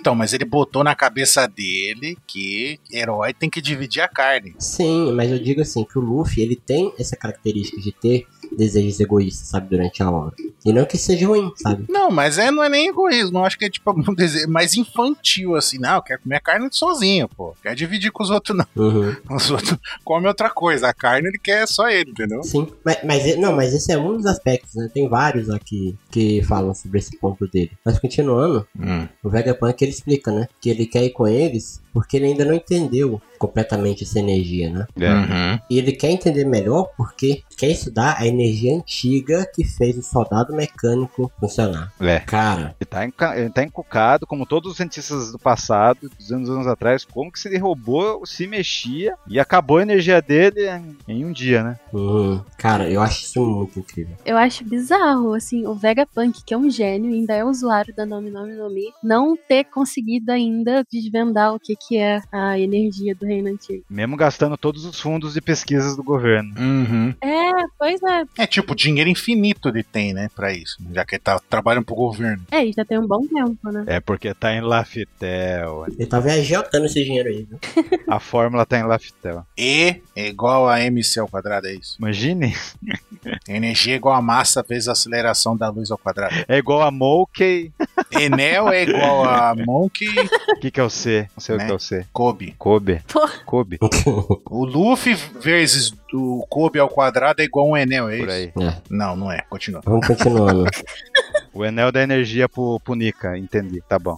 Então, mas ele botou na cabeça dele que herói tem que dividir a carne.
Sim, mas eu digo assim, que o Luffy, ele tem essa característica de ter desejos egoístas, sabe, durante a obra. E não que seja ruim, sabe?
Não, mas é, não é nem egoísmo, eu acho que é tipo (laughs) um desejo mais infantil, assim, não, eu quero comer a carne sozinho, pô. Quer dividir com os outros, não. (laughs)
Uhum.
Os outros comem outra coisa, a carne ele quer só ele, entendeu?
Sim, mas, mas e- não, mas esse é um dos aspectos, né? Tem vários aqui que falam sobre esse ponto dele. Mas continuando,
Hum,
o Vegapunk ele explica, né? Que ele quer ir com eles porque ele ainda não entendeu completamente essa energia, né?
É.
Uhum.
E ele quer entender melhor porque quer estudar a energia antiga que fez o soldado mecânico funcionar.
É.
Cara,
Ele tá, enca- ele tá encucado, como todos os cientistas do passado, 200 anos atrás, como que se derrubou, se mexia e acabou a energia dele em- em um dia, né?
hum, cara, eu acho isso muito incrível.
Eu acho bizarro, assim, o Vegapunk, que é um gênio, ainda é usuário da Nome Nome Nomi, não ter conseguido ainda desvendar o que, que é a energia do reino antigo.
Mesmo gastando todos os fundos de pesquisas do governo.
Uhum.
É, pois é.
É tipo, dinheiro infinito ele tem, né, pra isso, já que ele tá trabalhando pro governo.
É, e já tem um bom tempo, né?
É porque tá em é. Laftel.
Ele tá viajando esse dinheiro aí, viu? (laughs)
A fórmula tá em Laftel.
E é igual a MC ao quadrado, é isso.
Imagine. (laughs)
Energia é igual a massa vezes a aceleração da luz ao quadrado.
É igual a Monkey.
Enel é igual a Monkey
O que, que é o C? Não sei o que é o C.
Kobe.
Kobe.
Porra.
Kobe.
O Luffy vezes o Kobe ao quadrado é igual a um Enel, é
Por
isso?
aí.
É,
Não, não é. Continua.
vamos continuando.
O Enel da energia pro, pro Nika, entendi, tá bom.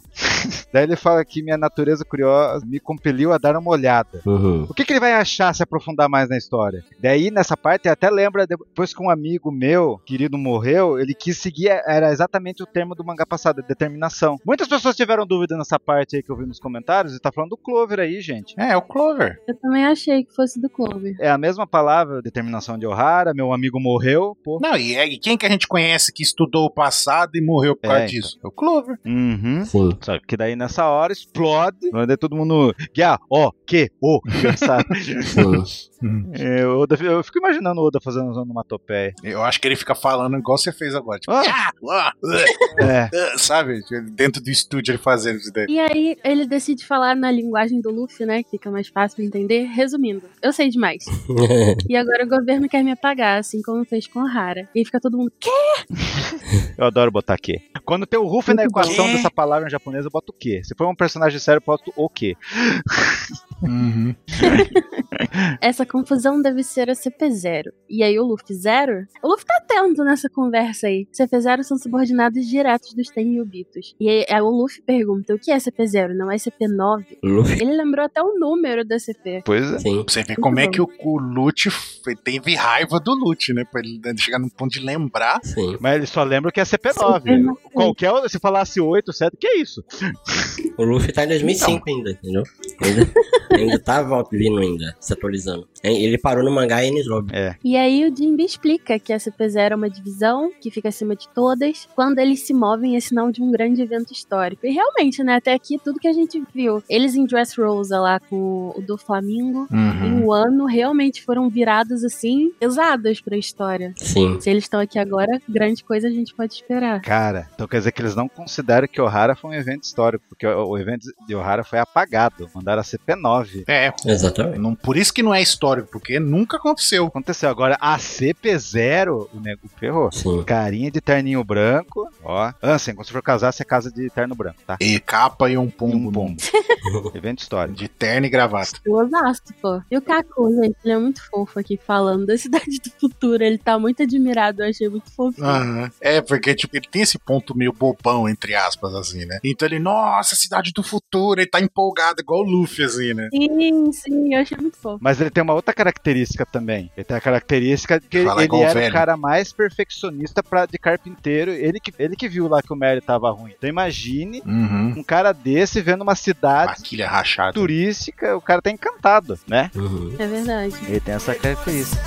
Daí ele fala que minha natureza curiosa me compeliu a dar uma olhada.
Uhum.
O que, que ele vai achar se aprofundar mais na história? Daí, nessa parte, até lembra, depois que um amigo meu, querido, morreu, ele quis seguir, era exatamente o termo do mangá passado, determinação. Muitas pessoas tiveram dúvida nessa parte aí que eu vi nos comentários, e tá falando do Clover aí, gente.
É, é o Clover.
Eu também achei que fosse do Clover.
É a mesma palavra, determinação de Ohara, meu amigo morreu, pô.
Não, e, é- e quem que a gente conhece que estudou o passado e morreu por
É,
causa
então.
disso? É o Clover.
Uhum.
Sim.
Só que daí nessa hora explode, daí todo mundo, Gá, ó, que, ô, (laughs) cansado.
Sim. (laughs)
É, o Oda- eu fico imaginando o Oda fazendo uma onomatopeia.
Eu acho que ele fica falando igual você fez agora. Tipo,
Ah!
"Ah, ah, ah", (laughs)
É,
sabe? Dentro do estúdio ele fazendo isso daí.
E aí, ele decide falar na linguagem do Luffy, né? Que fica mais fácil de entender. Resumindo, eu sei demais. E agora o governo quer me apagar, assim como fez com a Hara. E fica todo mundo, quê?
eu adoro botar que. Quando tem o Ruff na
Muito bom.
equação
Quê?
dessa palavra em japonês, eu boto o que. Se for um personagem sério, eu boto o que. Uhum.
Essa confusão deve ser a CP0. E aí o Luffy Zero? O Luffy tá atento nessa conversa aí. CP0 são subordinados diretos dos Tenryubitos. E aí, aí o Luffy pergunta, o que é CP0? Não é CP9?
Luffy.
Ele lembrou até o número da CP.
Pois é.
Sim.
Pra você ver como é que o, o Lute ele teve raiva do Lute, né? Pra ele chegar num ponto de lembrar.
Sim.
Mas ele só lembra que é CP9.
Sim.
Qualquer, se falasse 8, 7, que é isso?
O Luffy tá em 2005 ainda, entendeu? Ainda, ainda tá vol- vindo ainda, se atualizando. É, Ele parou no mangá e eles lobby.
É.
E aí o Jinbe explica que a CP0 é uma divisão que fica acima de todas. Quando eles se movem, é sinal de um grande evento histórico. E realmente, né, até aqui tudo que a gente viu. Eles em Dressrosa lá com o do Flamingo,
Uhum.
em
Uhum.
um ano realmente foram viradas assim, pesadas pra história.
Sim.
Se eles estão aqui agora, grande coisa a gente pode esperar.
Cara, então quer dizer que eles não consideram que Ohara foi um evento histórico, porque o, o evento de Ohara foi apagado. Mandaram a CP9.
É,
Exatamente.
não, por isso que não é histórico, porque nunca aconteceu.
Aconteceu agora a CP0, o nego ferrou.
Sim.
Carinha de terninho branco. Ó. Ansem, quando você for casar, você casa de terno branco, tá?
E capa e um pombo.
um pombo.
Uhum.
Evento histórico.
De terno e gravata.
O Osasco, pô. E o Kaku, gente, ele é muito fofo aqui falando da (laughs) cidade do futuro. Ele tá muito admirado, eu achei muito fofinho.
Aham. É, porque tipo, ele tem esse ponto meio bobão, entre aspas, assim, né? Então ele, nossa, cidade do futuro, ele tá empolgado, igual o Luffy, assim, né?
Sim, sim, eu achei muito fofo.
Mas ele tem uma outra característica também. Ele tem a característica de que
Fala
ele
igual
era
velho.
o cara mais perfeccionista pra, de carpinteiro. Ele que, ele que viu lá que o Merry tava ruim. Então imagine
Uhum.
um cara desse vendo uma cidade
Maquilha rachada.
turística, o cara tá encantado, né?
Uhum.
É verdade. (laughs)
Ele tem essa característica.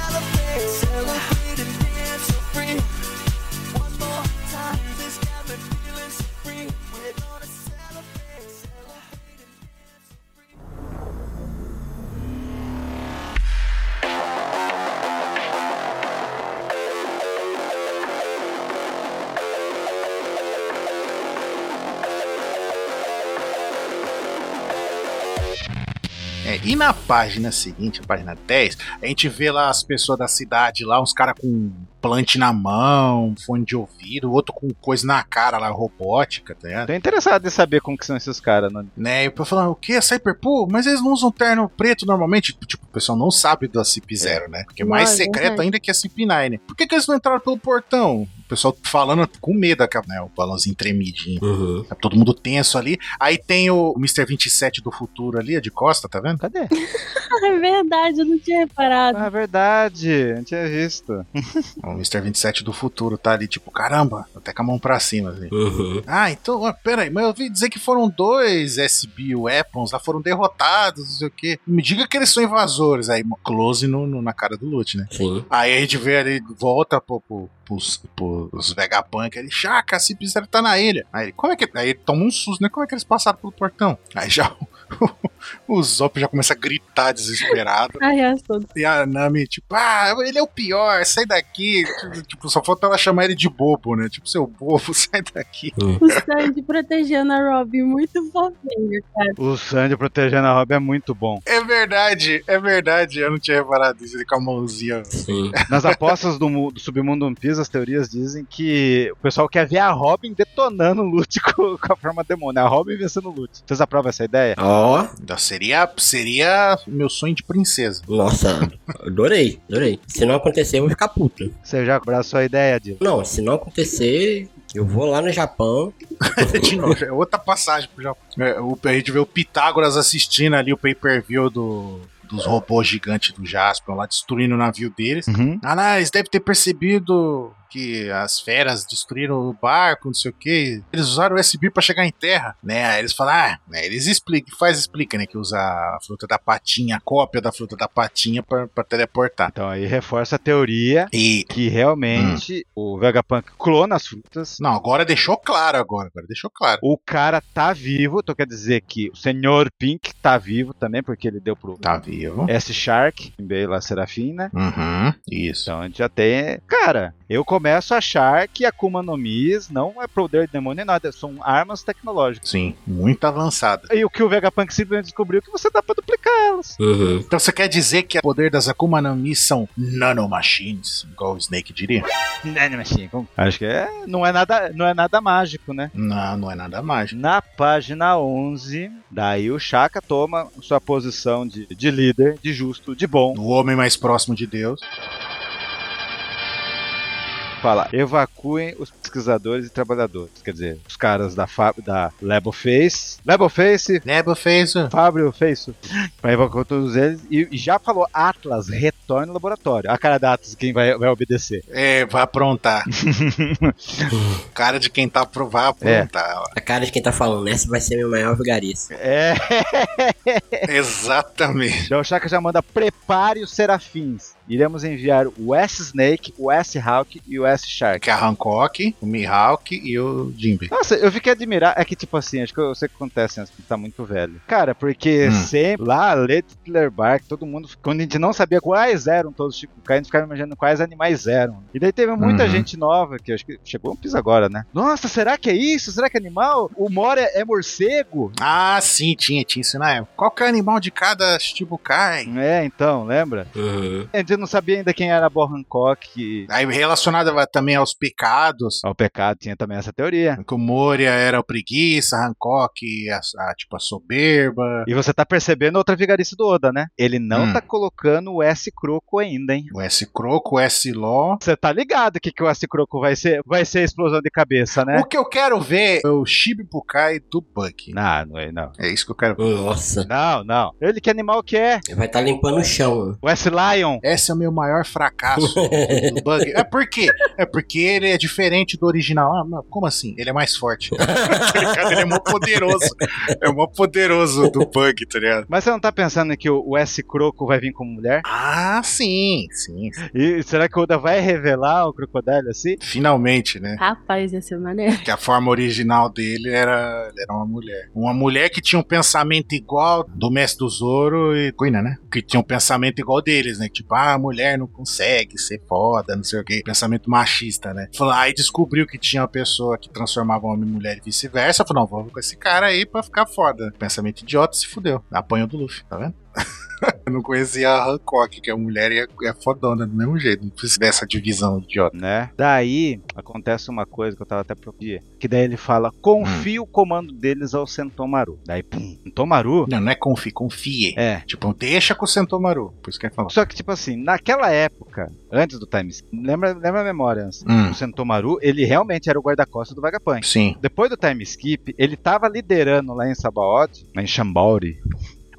É, E na página seguinte, a página 10, a gente vê lá as pessoas da cidade lá, uns caras com plant na mão, um fone de ouvido, outro com coisa na cara lá, robótica, tá ligado?
Tô interessado em saber como que são esses caras, né?
Né? E o pessoal falando, o que? Cyberpool? Mas eles não usam terno preto normalmente? Tipo, o pessoal não sabe da CIP0, né? Porque é mais
Não, é
secreto
verdade.
ainda que a CIP9. Por que, que eles não entraram pelo portão? O pessoal falando com medo, né? O balãozinho tremidinho.
Uhum.
Tá todo mundo tenso ali. Aí tem o Mr. 27 do futuro ali, de costa, tá vendo?
Cadê?
É verdade, eu não tinha reparado.
Ah, verdade, não tinha visto.
O Mr. 27 do futuro tá ali, tipo, caramba, até com a mão pra cima. Assim.
Uhum.
Ah, então, ah, pera aí, mas eu ouvi dizer que foram dois SB Weapons, lá foram derrotados, não sei o quê. Me diga que eles são invasores. Aí, close no, no- na cara do Lute, né?
Sim.
Aí a gente vê ali, volta pro, pro, pros, pros Vegapunk ali, chaca, a cip tá na ilha. Aí ele, como é que. Aí ele toma um susto, né? Como é que eles passaram pelo portão? Aí já. (laughs) o Zop já começa a gritar desesperado.
A reação.
E a Nami, tipo, ah, ele é o pior, sai daqui. Tipo, só falta ela chamar ele de bobo, né? Tipo, seu bobo, (laughs) sai daqui.
O Sandy protegendo a Robin, muito fofinho.
O Sandy protegendo a Robin é muito bom.
É verdade, é verdade. Eu não tinha reparado isso, ele com a mãozinha.
Sim.
Nas apostas do, mu- do Submundo One Piece, as teorias dizem que o pessoal quer ver a Robin detonando o Lute (laughs) com, com a forma demônio. A Robin vencendo o Lute. Vocês aprovam essa ideia?
Ó,
Então, seria, seria meu sonho de princesa.
nossa, adorei, adorei. Se não acontecer, eu vou ficar puto.
Você já abraçou a ideia, Dilo?
Não, se não acontecer, eu vou lá no Japão.
(laughs) de novo, é outra passagem pro Japão. É, o- a gente vê o Pitágoras assistindo ali o pay-per-view do, dos robôs gigantes do Jasper lá destruindo o navio deles.
Uhum.
Anais deve ter percebido que as feras destruíram o barco, não sei o que. Eles usaram o SB pra chegar em terra, né? Aí eles falam, ah, né? eles explicam, faz explica, né? Que usa a fruta da patinha, a cópia da fruta da patinha pra, pra teleportar.
Então aí reforça a teoria
E.
que realmente o Vegapunk clona as frutas.
Não, agora deixou claro agora, agora deixou claro.
O cara tá vivo, então quer dizer que o senhor Pink tá vivo também, porque ele deu pro
Tá vivo.
S-Shark, em lá Serafina.
Uhum, isso.
Então a gente já tem. Cara, eu começo a achar que Akuma no Mis não é poder de demônio nem nada, são armas tecnológicas.
Sim, muito avançada.
E o que o Vegapunk simplesmente descobriu é que você dá pra duplicar elas.
Uhum.
Então você quer dizer que o poder das Akuma no Mi são nanomachines, igual o Snake diria?
Né, né, Machinho? Como- Acho que é. Não é nada, não é nada mágico, né?
Não, não é nada mágico.
Na página 11, daí o Shaka toma sua posição de, de líder, de justo, de bom.
O homem mais próximo de Deus.
Fala, evacuem os pesquisadores e trabalhadores. Quer dizer, os caras da, fa- da Leboface. Leboface,
Nebo fez o...
Fábio Face. Vai evacuar todos eles. E, e já falou, Atlas, retorne ao laboratório. A cara da Atlas, quem vai, vai obedecer?
É, vai (laughs) aprontar. Cara de quem tá pro vai aprontar. ó.
A cara de quem tá falando, essa vai ser minha maior vigarista.
É,
Exatamente.
então o Chaka já manda, prepare os serafins. Iremos enviar o S-Snake, o S-Hawk e o S-Shark.
Que é a Hancock, o Mihawk e o Jinbe.
Nossa, eu fiquei admirado. É que, tipo assim, acho que eu sei o que acontece, antes que tá muito velho. Cara, porque
Hum.
sempre lá, Littler Bark, todo mundo. Quando a gente não sabia quais eram todos os Shichibukai, a gente ficava imaginando quais animais eram. E daí teve muita
Uhum.
gente nova, que acho que chegou um piso agora, né? Nossa, será que é isso? Será que é animal? O Mora é morcego?
Ah, sim, tinha, tinha isso na época. Qual que é o animal de cada tipo, Shichibukai?
É, então, lembra?
Uhum.
A gente não sabia ainda quem era a Bo Hancock. que-
Aí relacionado a- também aos pecados. né?
Ao pecado tinha também essa teoria.
Que o Moria era o preguiça, Hancock, a, a- tipo, a soberba.
E você tá percebendo outra vigarice do Oda, né? Ele não
Hum.
tá colocando o S Croco ainda, hein?
O S Croco, o S Ló.
Você tá ligado que, que o Croco vai ser, vai ser a explosão de cabeça, né?
O que eu quero ver é o Shibibukai do Buck.
Não, não é, não.
É isso que eu quero ver.
Nossa.
Não, não. Ele que animal que é?
Vai estar tá limpando o chão.
O S-Lion.
Esse é o meu maior fracasso
Uhum.
do Bug. É por quê? É porque ele é diferente do original. Ah, mas como assim? Ele é mais forte. Tá ligado? ele é mó poderoso. É mó poderoso do Bug, tá ligado?
Mas você não tá pensando que o, o S-Croco vai vir como mulher?
Ah, sim, sim.
E será que o Oda vai revelar o crocodilo assim?
Finalmente, né?
Rapaz, essa é maneira.
Que a forma original dele era, ele era uma mulher. Uma mulher que tinha um pensamento igual do mestre do Zoro e Kuina, né? Que tinha um pensamento igual deles, né? Tipo, ah, mulher não consegue ser foda, não sei o quê. Pensamento machista, né? Falou, aí descobriu que tinha uma pessoa que transformava um homem em mulher e vice-versa. Falou, não, vou com esse cara aí pra ficar foda. Pensamento idiota, se fudeu. Apanhou do Luffy, tá vendo? (laughs) Eu não conhecia a Hancock, que é mulher e é, é fodona do mesmo jeito. Não precisa dessa divisão idiota.
né? Daí acontece uma coisa que eu tava até procurando, que daí ele fala: "Confie o comando deles ao Sentomaru". Daí, pum, Sentomaru?
Não, não é confie, confie.
É.
Tipo, deixa com o Sentomaru. Por isso que ele falou.
Só que tipo assim, naquela época, antes do time, skip, lembra, lembra a memória, Anson?
Hum.
O Sentomaru, ele realmente era o guarda-costas do Vagapunk.
Sim.
Depois do time skip, ele tava liderando lá em Sabaody, lá em Shambaori.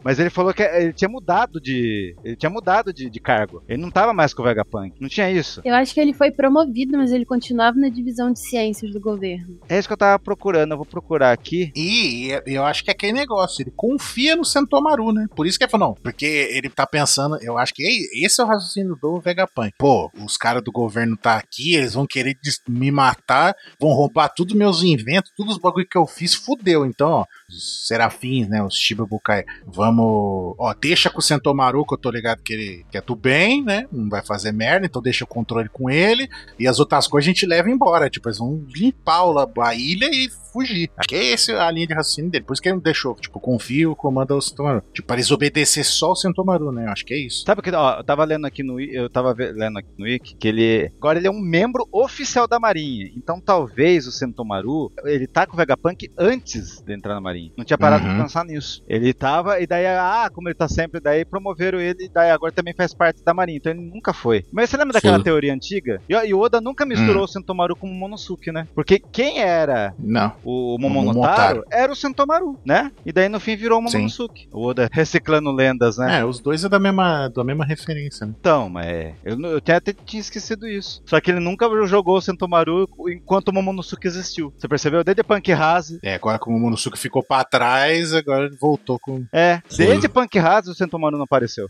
Mas ele falou que ele tinha mudado de. Ele tinha mudado de, de cargo. Ele não tava mais com o Vegapunk. Não tinha isso.
Eu acho que ele foi promovido, mas ele continuava na divisão de ciências do governo.
É isso que eu tava procurando. Eu vou procurar aqui.
E e eu acho que é aquele negócio, ele confia no Sentomaru, né? Por isso que ele falou, não, porque ele tá pensando, eu acho que é- esse é o raciocínio do Vegapunk. Pô, os caras do governo tá aqui, eles vão querer des- me matar, vão roubar tudo meus inventos, todos os bagulho que eu fiz, fudeu. Então, ó, os serafins, né, os Shibabukai, vamos, ó, deixa com o Sentomaru, que eu tô ligado que ele que é do bem, né? Não vai fazer merda, então deixa o controle com ele. E as outras coisas a gente leva embora. Tipo, eles vão limpar o la- a ilha e fugir. Acho que é essa a linha de raciocínio dele. Por isso que ele não deixou. Tipo, confio, comanda o Sentomaru. Tipo, para eles obedecer só o Sentomaru, né? Eu Acho que é isso.
Sabe o que. Ó, eu tava lendo aqui no. Wiki- Eu tava ve- lendo aqui no Wiki que ele. Agora ele é um membro oficial da Marinha. Então talvez o Sentomaru. Ele tá com o Vegapunk antes de entrar na Marinha. Não tinha parado
Uhum.
pra pensar nisso. Ele tava. E daí, ah, como ele tá sempre. Daí promoveram ele. E daí agora também faz parte da Marinha. Então ele nunca foi. Mas você lembra daquela
Sim.
teoria antiga? E, ó, e o Oda nunca
Hum.
misturou o Sentomaru com o Monosuke, né? Porque quem era
Não.
o
Momotaro.
Momonotaro era o Sentomaru, né? E daí no fim virou o
Sim.
Momonosuke. O Oda (laughs) reciclando lendas, né?
É, os dois é da mesma, da mesma referência, né?
Então, mas eu, não- eu até, até tinha esquecido isso. Só que ele nunca jogou o Sentomaru enquanto o Momonosuke existiu. Você percebeu? Desde Punk Hase.
É, agora como o Monosuke ficou pra trás, agora ele voltou com.
É,
Sim.
desde Punk Hase o Sentomaru não apareceu.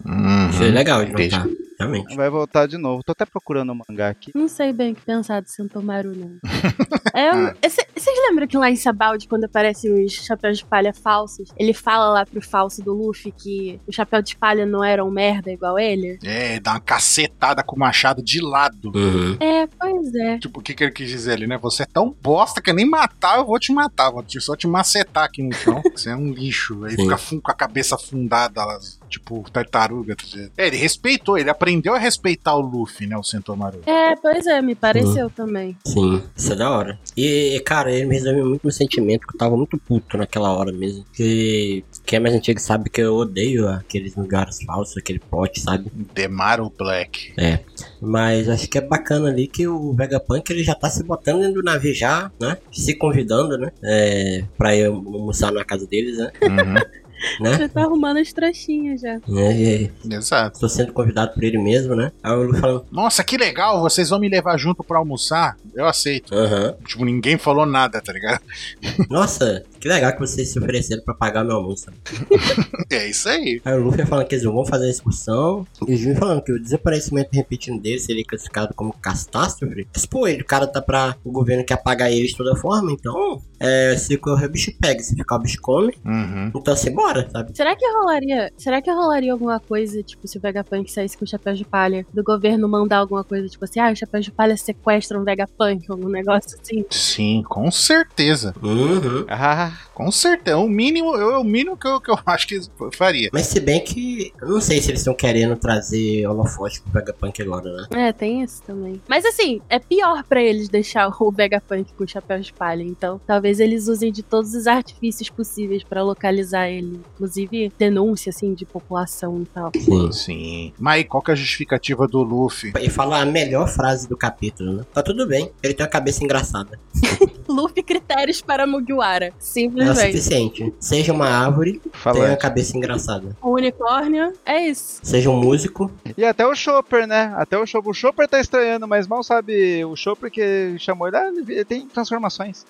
Isso é legal de
Entendi.
notar, realmente.
Vai voltar de novo. Tô até procurando o mangá aqui.
Não sei bem o que pensar do Santomaru, não. É um- é, cê- Vocês lembram que lá em Sabaldi, quando aparecem os chapéus de palha falsos, ele fala lá pro falso do Luffy que o chapéu de palha não era um merda igual ele?
É, dá uma cacetada com o machado de lado.
Uhum.
É, pois é.
Tipo, o que, que ele quis dizer ali, né? Você é tão bosta que nem matar, eu vou te matar. Vou te- só te macetar aqui no chão. Você é um lixo. Aí
Sim.
fica fun- com a cabeça afundada lá, tipo tartaruga. tá ligado? É, ele respeitou, ele aprendeu a respeitar o Luffy, né? O Sentomaru.
É, pois é, me pareceu também.
Sim, isso é da hora. E, cara, ele me resume muito meu sentimento, que eu tava muito puto naquela hora mesmo. Que quem é mais antigo sabe que eu odeio aqueles lugares falsos, aquele pote, sabe?
Demaru Black.
É. Mas acho que é bacana ali que o Vegapunk ele já tá se botando dentro do navio já, né? Se convidando, né? É, pra ir almoçar na casa deles, né? né?
Ele tá arrumando as trouxinhas já.
E,
(laughs)
e,
Exato.
tô sendo convidado por ele mesmo, né? Aí o Lu falando,
Nossa, que legal, vocês vão me levar junto pra almoçar? Eu aceito.
aham.
Tipo, ninguém falou nada, tá ligado? (laughs)
Nossa, que legal que vocês se ofereceram pra pagar meu almoço.
É isso aí.
Aí o Luffy falando que eles não vão fazer a excursão. E o Jimmy falando que o desaparecimento repetindo dele seria classificado como catástrofe. Mas, pô, ele, o cara tá pra. O governo quer apagar eles de toda forma, então. É, se correr o bicho pega, se ficar o bicho come.
Uhum.
Então assim, bora, sabe?
Será que rolaria? Será que rolaria alguma coisa, tipo, se o Vegapunk saísse com o chapéu de palha, do governo mandar alguma coisa, tipo assim, ah, o chapéu de palha sequestra um Vegapunk, algum negócio assim?
Sim, com certeza.
Uhum.
Ah,
Com certeza. O mínimo, eu, é o mínimo que eu, (laughs) que eu acho que eu faria.
Mas se bem que. Eu não sei se eles estão querendo trazer holofote pro Vegapunk agora, né?
É, tem isso também. Mas assim, é pior pra eles deixar o Vegapunk com o chapéu de palha, então talvez eles usem de todos os artifícios possíveis pra localizar ele, inclusive denúncia assim de população e (laughs) tal.
Sim.
Sim. Mas qual que é a justificativa do Luffy?
E fala a melhor frase do capítulo, né? Tá tudo bem, ele tem uma cabeça engraçada.
Luffy critérios para Mugiwara,
É o
simplesmente.
suficiente. Seja uma árvore, Tem uma
falando.
cabeça engraçada.
O unicórnio, é isso.
(laughs) Seja um músico.
E até o Chopper, né? Até o Chopper. O Chopper tá estranhando, mas mal sabe o Chopper que chamou ele. Ah, ele ele tem
(laughs)
transformações.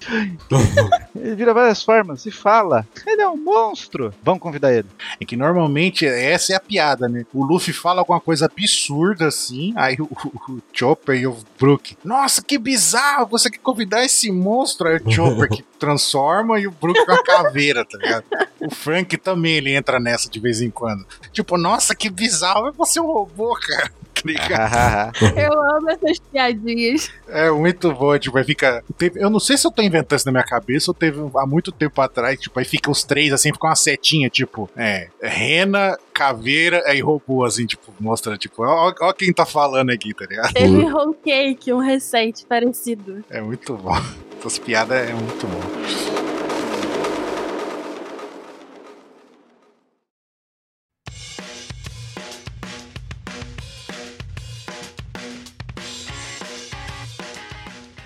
ele vira várias formas e fala. Ele é um monstro. Vamos convidar
(laughs)
ele.
É que normalmente essa é a piada, né? O Luffy fala alguma coisa absurda assim, aí o, o- o Chopper e o Brook. Nossa, que bizarro! Você quer convidar esse monstro? Aí o Chopper que transforma e o Brook com a caveira, tá ligado? O Frank também ele entra nessa de vez em quando. Tipo, nossa, que bizarro! Você é um robô, cara. (laughs) tá ligado?
Ah,
Eu amo essas piadinhas.
É muito bom, tipo, aí fica. teve- eu não sei se eu tô inventando isso na minha cabeça ou teve há muito tempo atrás, tipo, aí fica os três assim, fica uma setinha, tipo, é, rena, caveira aí robô, assim, tipo, mostra, tipo, ó, ó quem tá falando aqui, tá ligado?
Teve Whole Cake, um recente parecido.
É muito bom. (laughs) Essas piadas é muito bom.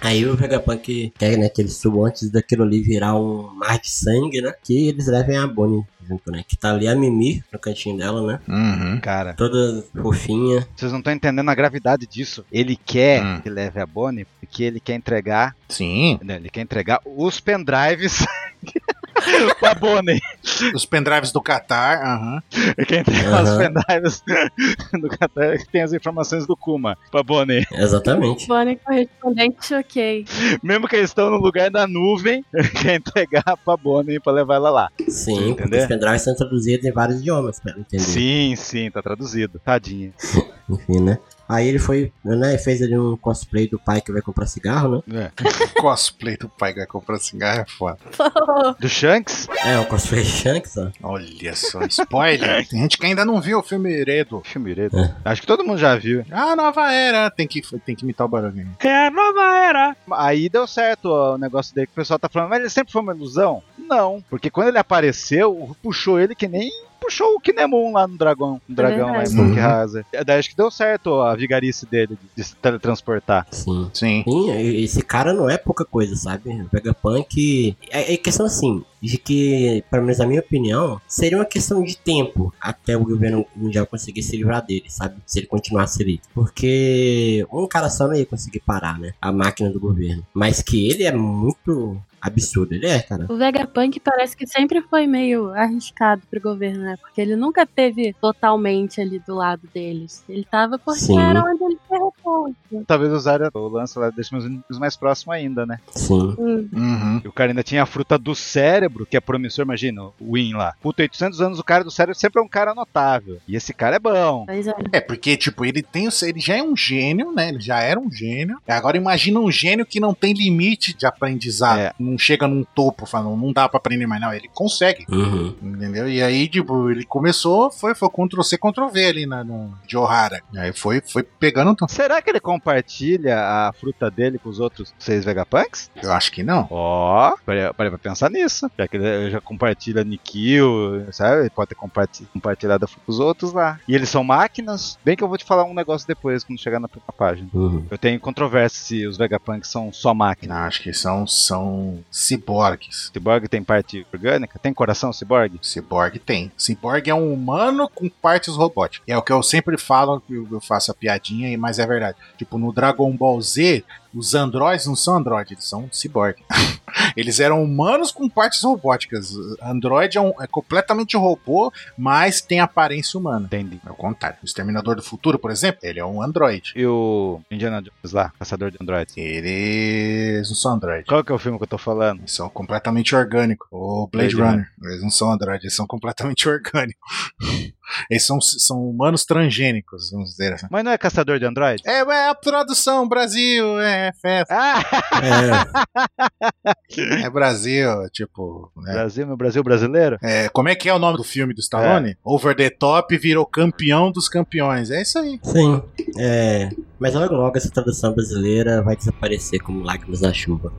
Aí o Vegapunk quer, né, que eles subam antes daquilo ali virar um mar de sangue, né? Que eles levem a Bonnie junto, né? Que tá ali a Mimi no cantinho dela, né?
Uhum.
cara,
Toda fofinha.
vocês não estão entendendo a gravidade disso. Ele quer
Hum.
que leve a Bonnie porque ele quer entregar,
Sim.
né, ele quer entregar os pendrives (laughs) pra Bonnie.
Os pendrives do Qatar, aham.
Ele quer entregar os
Aham.
pendrives do Qatar que tem as informações do Kuma pra Bonnie.
Exatamente.
Bonnie correspondente, (laughs) ok.
Mesmo que eles estão no lugar da nuvem, ele quer entregar pra Bonnie pra levar ela lá.
Sim, porque
Entendeu?
os pendrives são traduzidos em vários idiomas, pra ela entender.
Sim, sim, tá traduzido. Tadinha.
Enfim, né? Aí ele foi, né, fez ali um cosplay do pai que vai comprar cigarro, né?
É.
Cosplay do pai que vai comprar cigarro é foda.
Do Shanks?
É, um cosplay (laughs) Shanks, ó.
Olha só, (laughs) spoiler. Tem gente que ainda não viu o filme Heredo.
Filme direito. Acho que todo mundo já viu.
A nova era. Tem que, tem que imitar o barulhinho.
É a nova era. Aí deu certo ó, o negócio dele que o pessoal tá falando, mas ele sempre foi uma ilusão? Não, porque quando ele apareceu, puxou ele que nem puxou o Kinemon lá no dragão, no dragão lá em
verdade.
Monkey
Uhum.
Hazard. É, Daí acho que deu certo ó, a vigarice dele de, de se teletransportar.
Sim.
Sim.
Sim, e- esse cara não é pouca coisa, sabe? O Vegapunk. É, é questão assim, de que, pelo menos na minha opinião, seria uma questão de tempo até o governo mundial conseguir se livrar dele, sabe? Se ele continuasse ali. Porque um cara só não ia conseguir parar, né? A máquina do governo. Mas que ele é muito absurdo, ele é, cara.
O Vegapunk parece que sempre foi meio arriscado pro governo, né? Porque ele nunca teve totalmente ali do lado deles. Ele tava porque
Sim.
era onde ele derrotou.
Talvez usaram o lance lá, deixa os inimigos mais próximos ainda, né?
Sim.
Hum,
Uhum.
E o cara ainda tinha a fruta do cérebro, que é promissor, imagina, o Win lá. Puta, 800 anos, o cara do cérebro sempre é um cara notável. E esse cara é bom.
pois é.
É, porque, tipo, ele tem o seu- ele já é um gênio, né? Ele já era um gênio. Agora imagina um gênio que não tem limite de aprendizado.
É.
Não chega num topo, falando, não dá pra aprender mais, não. Ele consegue.
Uhum.
Entendeu? E aí, tipo, ele começou, foi, foi Ctrl C, Ctrl V ali na, no, de Ohara. E aí foi, foi pegando.
Será que ele compartilha a fruta dele com os outros seis Vegapunks?
Eu acho que não.
Ó, parei parei pra pensar nisso. Já que ele já compartilha Nikil, sabe? Ele pode ter comparti- compartilhado com os outros lá. E eles são máquinas. Bem que eu vou te falar um negócio depois, quando chegar na própria página.
Uhum.
Eu tenho controvérsia se os Vegapunks são só
Não,
máquina.
acho que são, são ciborgues.
Cyborg tem parte orgânica? Tem coração, Cyborg?
Cyborg tem. Cyborg é um humano com partes robóticas. É o que eu sempre falo, que eu eu faço a piadinha, e- mas é verdade. Tipo, no Dragon Ball Z, os androides não são androides, eles são cyborg. (laughs) Eles eram humanos com partes robóticas. Android é, um- é completamente robô, mas tem aparência humana.
Entendi.
É o contrário. O Exterminador do Futuro, por exemplo, ele é um android.
E o Indiana Jones lá, caçador de androides?
Eles não são android.
Qual que é o filme que eu tô falando?
Eles são completamente orgânicos. O Blade,
Blade
Runner. Eles não são androides, eles são completamente (laughs) orgânicos. eles são, são humanos transgênicos, vamos dizer assim.
Mas não é caçador de androides?
É, é a tradução, Brasil, é festa,
Ah!
É,
é Brasil, tipo. né?
Brasil, meu Brasil brasileiro?
É, como é que é o nome do filme do Stallone? Over the Top virou campeão dos campeões. É isso aí.
sim. É. Mas logo logo essa tradução brasileira vai desaparecer como lágrimas na chuva.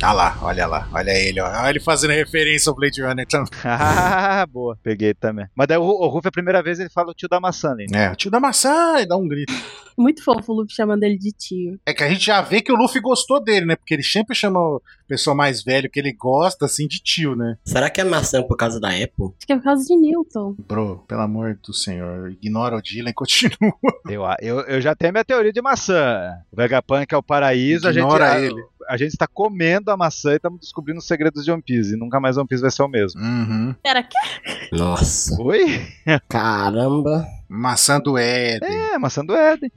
Ah lá, olha lá, olha ele, ó. Olha ele fazendo referência ao Blade Runner também.
(laughs) Ah, boa. Peguei também. Mas daí o, Ru- o Rufy, a primeira vez, ele fala o tio da maçã ali. né?
É, o tio da maçã, e dá um grito.
Muito fofo o Luffy chamando ele de tio.
É que a gente já vê que o Luffy gostou dele, né? Porque ele sempre chama o pessoal mais velho que ele gosta, assim, de tio, né?
Será que é maçã por causa da Apple?
Acho que é por causa de Newton.
Bro, pelo amor do senhor, ignora o Dylan e continua.
(laughs) Eu, eu, eu já tenho minha teoria de maçã. O Vegapunk é o paraíso, a gente.
Ignora
a-
ele.
A, a gente está comendo a maçã e estamos descobrindo os segredos de One Piece. E nunca mais One Piece vai ser o mesmo.
Uhum.
Pera, que
Nossa,
Oi?
caramba.
Maçã do Éden.
É, maçã do Éden.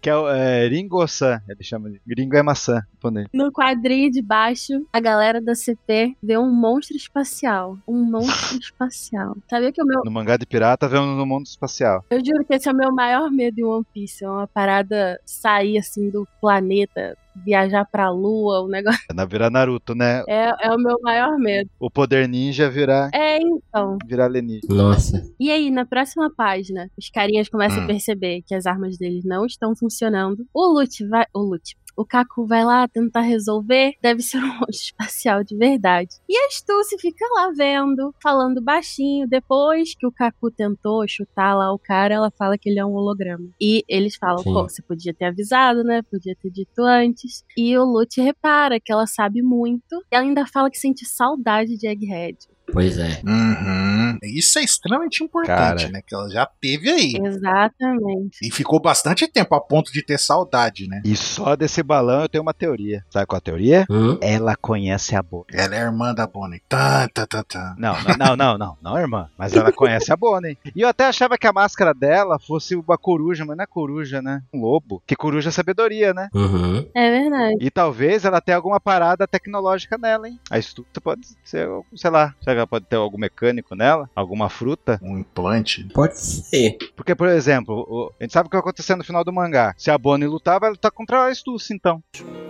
que é o é, Ringo-san, ele chama de. Ringo é maçã, japonês.
no quadrinho de baixo, a galera da CP vê um monstro espacial. Um monstro espacial. Sabia que o meu.
No mangá de pirata, vemos no mundo espacial.
Eu juro que esse é o meu maior medo em One Piece. É uma parada sair assim do planeta, viajar pra lua, o negócio.
É na virar Naruto, né?
É, é o meu maior medo.
O poder ninja virar,
É, então.
virar alienígena.
Nossa,
E aí, na próxima página, os carinhas começam
Hum.
a perceber que as armas deles não estão funcionando. O Lute vai. O Lute. O Kaku vai lá tentar resolver, deve ser um (laughs) monstro espacial de verdade. E a Stussy fica lá vendo, falando baixinho. Depois que o Kaku tentou chutar lá o cara, ela fala que ele é um holograma. E eles falam,
Sim.
pô, você podia ter avisado, né? Podia ter dito antes. E o Lute repara que ela sabe muito. E ela ainda fala que sente saudade de Egghead.
pois é.
Uhum. Isso é extremamente importante,
Cara.
né? Que ela já teve aí.
Exatamente.
E ficou bastante tempo a ponto de ter saudade, né?
E só desse balão eu tenho uma teoria. Sabe qual a teoria?
Hum?
Ela conhece a Bonnie.
Ela é irmã da Bonnie. Tan, tan, tan, tan.
Não, não, não, não, não, não, irmã. Mas ela conhece a Bonnie. E eu até achava que a máscara dela fosse uma coruja, mas não é coruja, né? Um lobo. Que coruja é sabedoria, né?
Uhum.
É verdade.
E talvez ela tenha alguma parada tecnológica nela, hein? A estuta pode ser, sei lá, será que ela pode ter algum mecânico nela? Alguma fruta?
Um implante.
Pode ser.
Porque, por exemplo, o- a gente sabe o que vai acontecer no final do mangá. Se a Bonnie lutar, vai lutar tá contra a Stussy, então.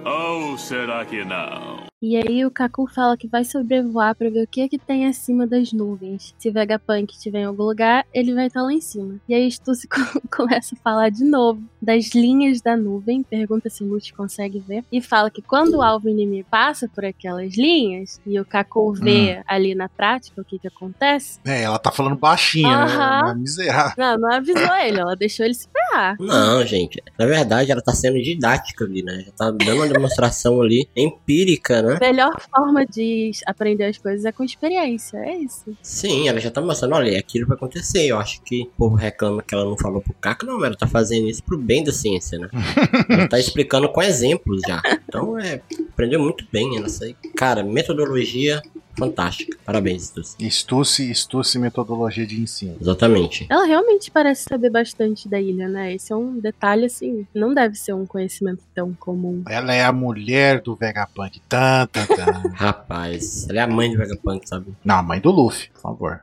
Ou será que não?
E aí o Kaku fala que vai sobrevoar pra ver o que é que tem acima das nuvens. Se Vegapunk estiver em algum lugar, ele vai estar lá em cima. E aí Stussy (laughs) co- começa a falar de novo das linhas da nuvem, pergunta se o Lute consegue ver, e fala que quando o alvo inimigo passa por aquelas linhas, e o Kaku vê ali na prática o que que acontece,
É, ela tá falando baixinha,
Aham.
né? É Miserável.
não, não avisou ele, ela deixou ele se ferrar.
Não, gente. Na verdade, ela tá sendo didática ali, né? Já tá dando uma demonstração ali empírica, né?
A melhor forma de aprender as coisas é com experiência, é isso.
Sim, ela já tá mostrando, olha, aquilo vai acontecer. Eu acho que o povo reclama que ela não falou pro Caco, não, mas ela tá fazendo isso pro bem da ciência, né? ela tá explicando com exemplos já. Então é, aprendeu muito bem ela sei. Cara, metodologia fantástica. Parabéns, Tuss.
Estusse, estusse metodologia de ensino.
Exatamente.
Ela realmente parece saber bastante da ilha, né? Esse é um detalhe, assim, não deve ser um conhecimento tão comum.
Ela é a mulher do Vegapunk. Tan, tan,
(laughs)
tan.
Rapaz, ela é a mãe do Vegapunk, sabe?
Não, a mãe do Luffy, por favor.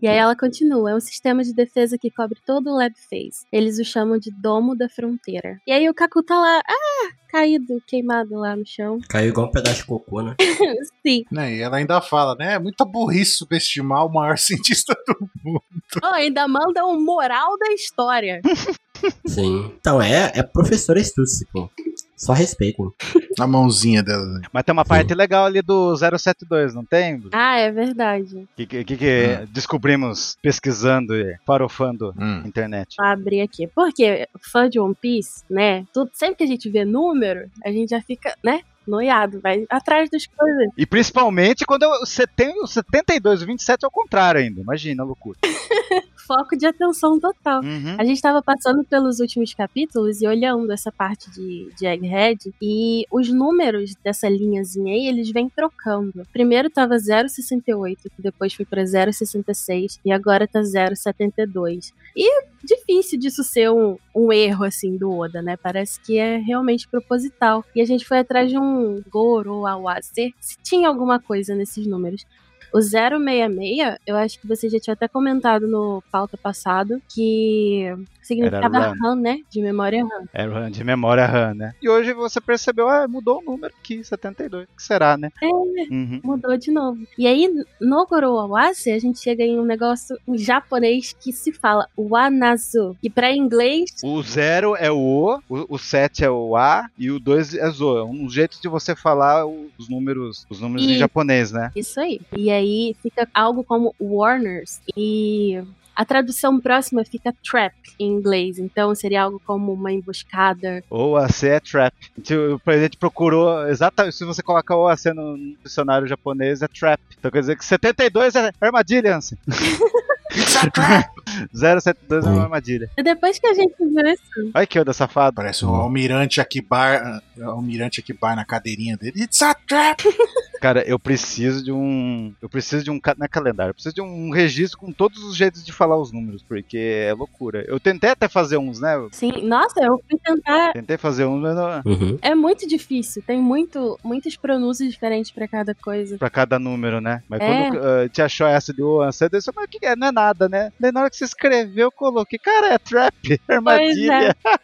E aí ela continua: é um sistema de defesa que cobre todo o Lab Phase. Eles o chamam de Domo da Fronteira. E aí o Kaku tá lá, ah, caído, queimado lá no chão.
Caiu igual um pedaço de cocô, né?
Sim.
Né, e ela ainda fala, né? É muita burrice subestimar o maior (laughs) cientista do
Oh, ainda manda um moral da história.
Sim. Então é, é professora Stussy, pô. Só respeito.
Na mãozinha dela. né?
Mas tem uma parte legal ali do 072, não tem? O
Ah, é verdade.
que, que, que- que descobrimos pesquisando e farofando
Hum.
na internet?
Vou abrir aqui. Porque fã de One Piece, né? Tudo, sempre que a gente vê número, a gente já fica, né? Noiado, vai atrás das coisas.
E principalmente quando eu- você tem o 72, o 27 é ao contrário ainda. Imagina, a loucura.
Foco de atenção total.
Uhum.
A gente tava passando pelos últimos capítulos e olhando essa parte de, de Egghead e os números dessa linhazinha aí, eles vêm trocando. Primeiro tava 0,68, que depois foi pra 0,66 e agora tá 0,72. E é difícil disso ser um, um erro, assim, do Oda, né? Parece que é realmente proposital. E a gente foi atrás de um Goro, Awase, se tinha alguma coisa nesses números. O 066, eu acho que você já tinha até comentado no pauta passado, que significava
Era
RAM, né? De memória RAM.
É RAM, de memória RAM, né? E hoje você percebeu, ah, mudou o número aqui, 72. O que será, né?
É.
Uhum.
Mudou de novo. E aí, no Gorowawase, a gente chega em um negócio em japonês que se fala Wanazu, que pra inglês
O 0 é o O, o- o 7 é o A e o 2 é Zo. É um jeito de você falar o- os números, os números em
E-
japonês, né?
Isso aí. E aí fica algo como Warners e a tradução próxima fica trap em inglês, então seria algo como uma emboscada.
Ou a C é trap. Então, O presidente procurou exatamente. Se você coloca o AC no no dicionário japonês, é trap. Então quer dizer que 72 é armadilha, Ansem.
It's a trap!
072 é uma armadilha.
E depois que a gente viu isso,
Olha que onda safado.
Parece o Almirante Akibar, ah, Almirante Akibar na cadeirinha dele. It's a trap!
Cara, eu preciso de um. Eu preciso de um. ca- Não é calendário, eu preciso de um registro com todos os jeitos de falar os números, porque é loucura. Eu tentei até fazer uns, né? Eu
sim, assim, nossa, eu fui tentar.
tentei fazer uns, mas não.
Uhum.
É muito difícil, tem muito, muitos pronúncios diferentes pra cada coisa.
Pra cada número, né? Mas
É.
quando ah, a gente achou essa de Oan, você disse, mas o que é? Não é nada, né? Daí na hora que você escreveu, eu coloquei, cara, é trap, (laughs) armadilha. (laughs)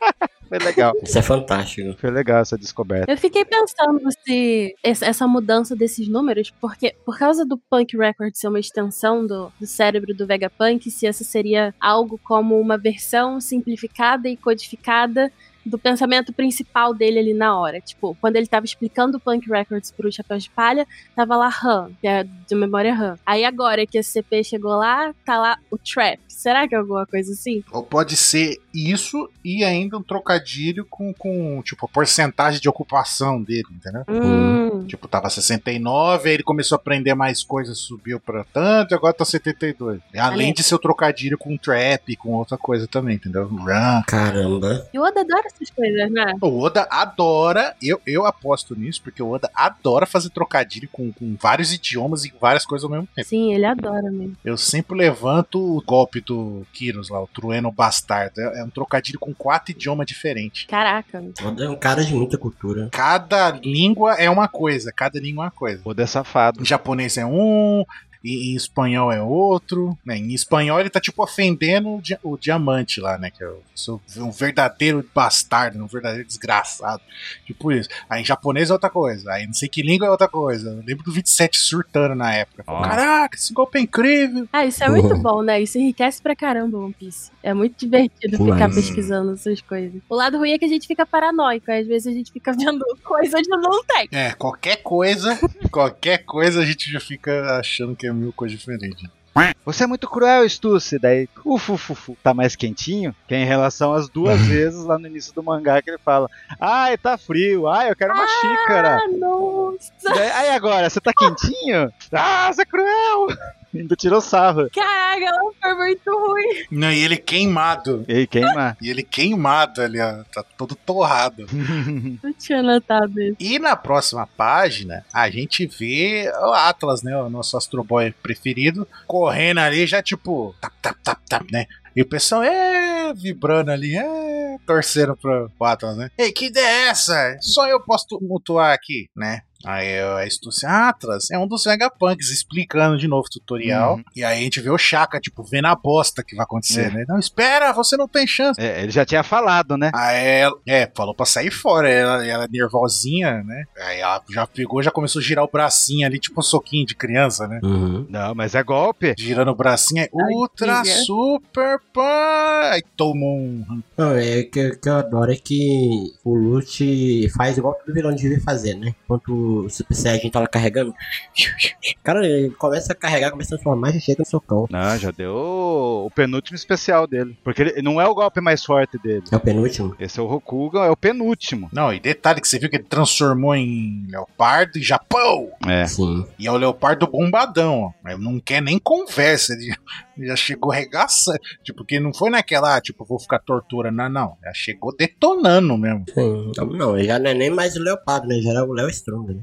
Foi legal.
Isso é fantástico.
Foi legal essa descoberta.
Eu fiquei pensando se essa essa mudança desses números, porque por causa do Punk Record ser uma extensão do, do cérebro do Vegapunk, se essa seria algo como uma versão simplificada e codificada do pensamento principal dele ali na hora. Tipo, quando ele tava explicando o Punk Records pro Chapéu de Palha, tava lá RAM, que é de memória RAM. Aí agora que a CP chegou lá, tá lá o Trap. Será que é alguma coisa assim?
Ou pode ser isso e ainda um trocadilho com, com tipo, a porcentagem de ocupação dele, entendeu?
Hum.
Tipo, tava 69, aí ele começou a aprender mais coisas, subiu pra tanto, e agora tá 72. Além
Olha.
de ser o trocadilho com trap, com outra coisa também, entendeu? Run.
Caramba.
E o Oda adora essas coisas, né?
O Oda adora, eu, eu aposto nisso, porque o Oda adora fazer trocadilho com, com vários idiomas e várias coisas ao mesmo tempo.
Sim, ele adora mesmo.
Eu sempre levanto o golpe do Kyros lá, o Trueno Bastardo. É, é um trocadilho com quatro idiomas diferentes.
Caraca.
Oda é um cara de muita cultura.
Cada língua é uma coisa, cada língua é uma coisa.
O de safado.
Em japonês é um, e em espanhol é outro. Né? Em espanhol ele tá tipo ofendendo o, dia- o diamante lá, né? Que é o- sou um verdadeiro bastardo, um verdadeiro desgraçado. Tipo isso. Aí em japonês é outra coisa. Aí não sei que língua é outra coisa. Eu lembro do 27 surtando na época. Falou,
Nossa.
Caraca, esse golpe é incrível.
Ah, isso é muito bom, né? Isso enriquece pra caramba o One Piece. É muito divertido ficar
Mas-
pesquisando essas coisas. O lado ruim é que a gente fica paranoico. Às vezes a gente fica (laughs) vendo coisa onde não tem.
É, qualquer coisa, (laughs) qualquer coisa a gente já fica achando que é mil coisas diferentes.
Você é muito cruel, Stussy. Daí, ufu, ufu, ufu, tá mais quentinho? Que é em relação às duas vezes lá no início do mangá que ele fala: Ai, tá frio, ai, eu quero uma xícara.
Ah, nossa!
Daí, aí agora, você tá quentinho? Ah, você é cruel! (laughs) Ainda tirou sarro.
Caraca, ela foi muito ruim.
Não, e ele queimado.
E aí, queima.
E ele queimado ali, ó. Tá todo torrado.
Não tinha notado isso.
E na próxima página, a gente vê o Atlas, né? O nosso astroboy preferido, correndo ali, já tipo, tap, tap, tap, tap, né? E o pessoal é vibrando ali, é, torcendo pro pro Atlas, né? Ei, que ideia é essa? Só eu posso tu- mutuar aqui, né? Aí eu- a Estúcia Atlas é um dos Vegapunks explicando de novo o tutorial.
Uhum.
E aí a gente vê o Chaka, tipo, vendo a bosta que vai acontecer,
É.
né? Não, espera, você não tem chance.
É, ele já tinha falado, né?
Aí ela, é, falou pra sair fora, ela, ela é nervosinha, né? Aí ela já pegou, já começou a girar o bracinho ali, tipo um soquinho de criança, né?
Uhum.
Não, mas é golpe.
Girando o bracinho, aí, ultra
que é.
super pan! Aí tomou um.
Não, é o que, o que eu adoro é que o Lute faz igual todo vilão devia fazer, né? Enquanto o Super Saiyajin tá lá carregando. Cara, ele começa a carregar, começa a transformar e chega no socão.
Não, já deu o penúltimo especial dele. Porque ele, não é o golpe mais forte dele.
É o penúltimo?
Esse é o Rokugan, é o penúltimo.
Não, e detalhe que você viu que ele transformou em leopardo e Japão!
É.
Sim.
E é o leopardo bombadão, ó. Ele Não quer nem conversa, ele ele já chegou regaçando. Tipo, que não foi naquela, ah, tipo, vou ficar torturando, não, não. Já chegou detonando mesmo.
Sim. Não, Não, ele já não é nem mais o Leopardo, né? Já era o Léo Strong, né?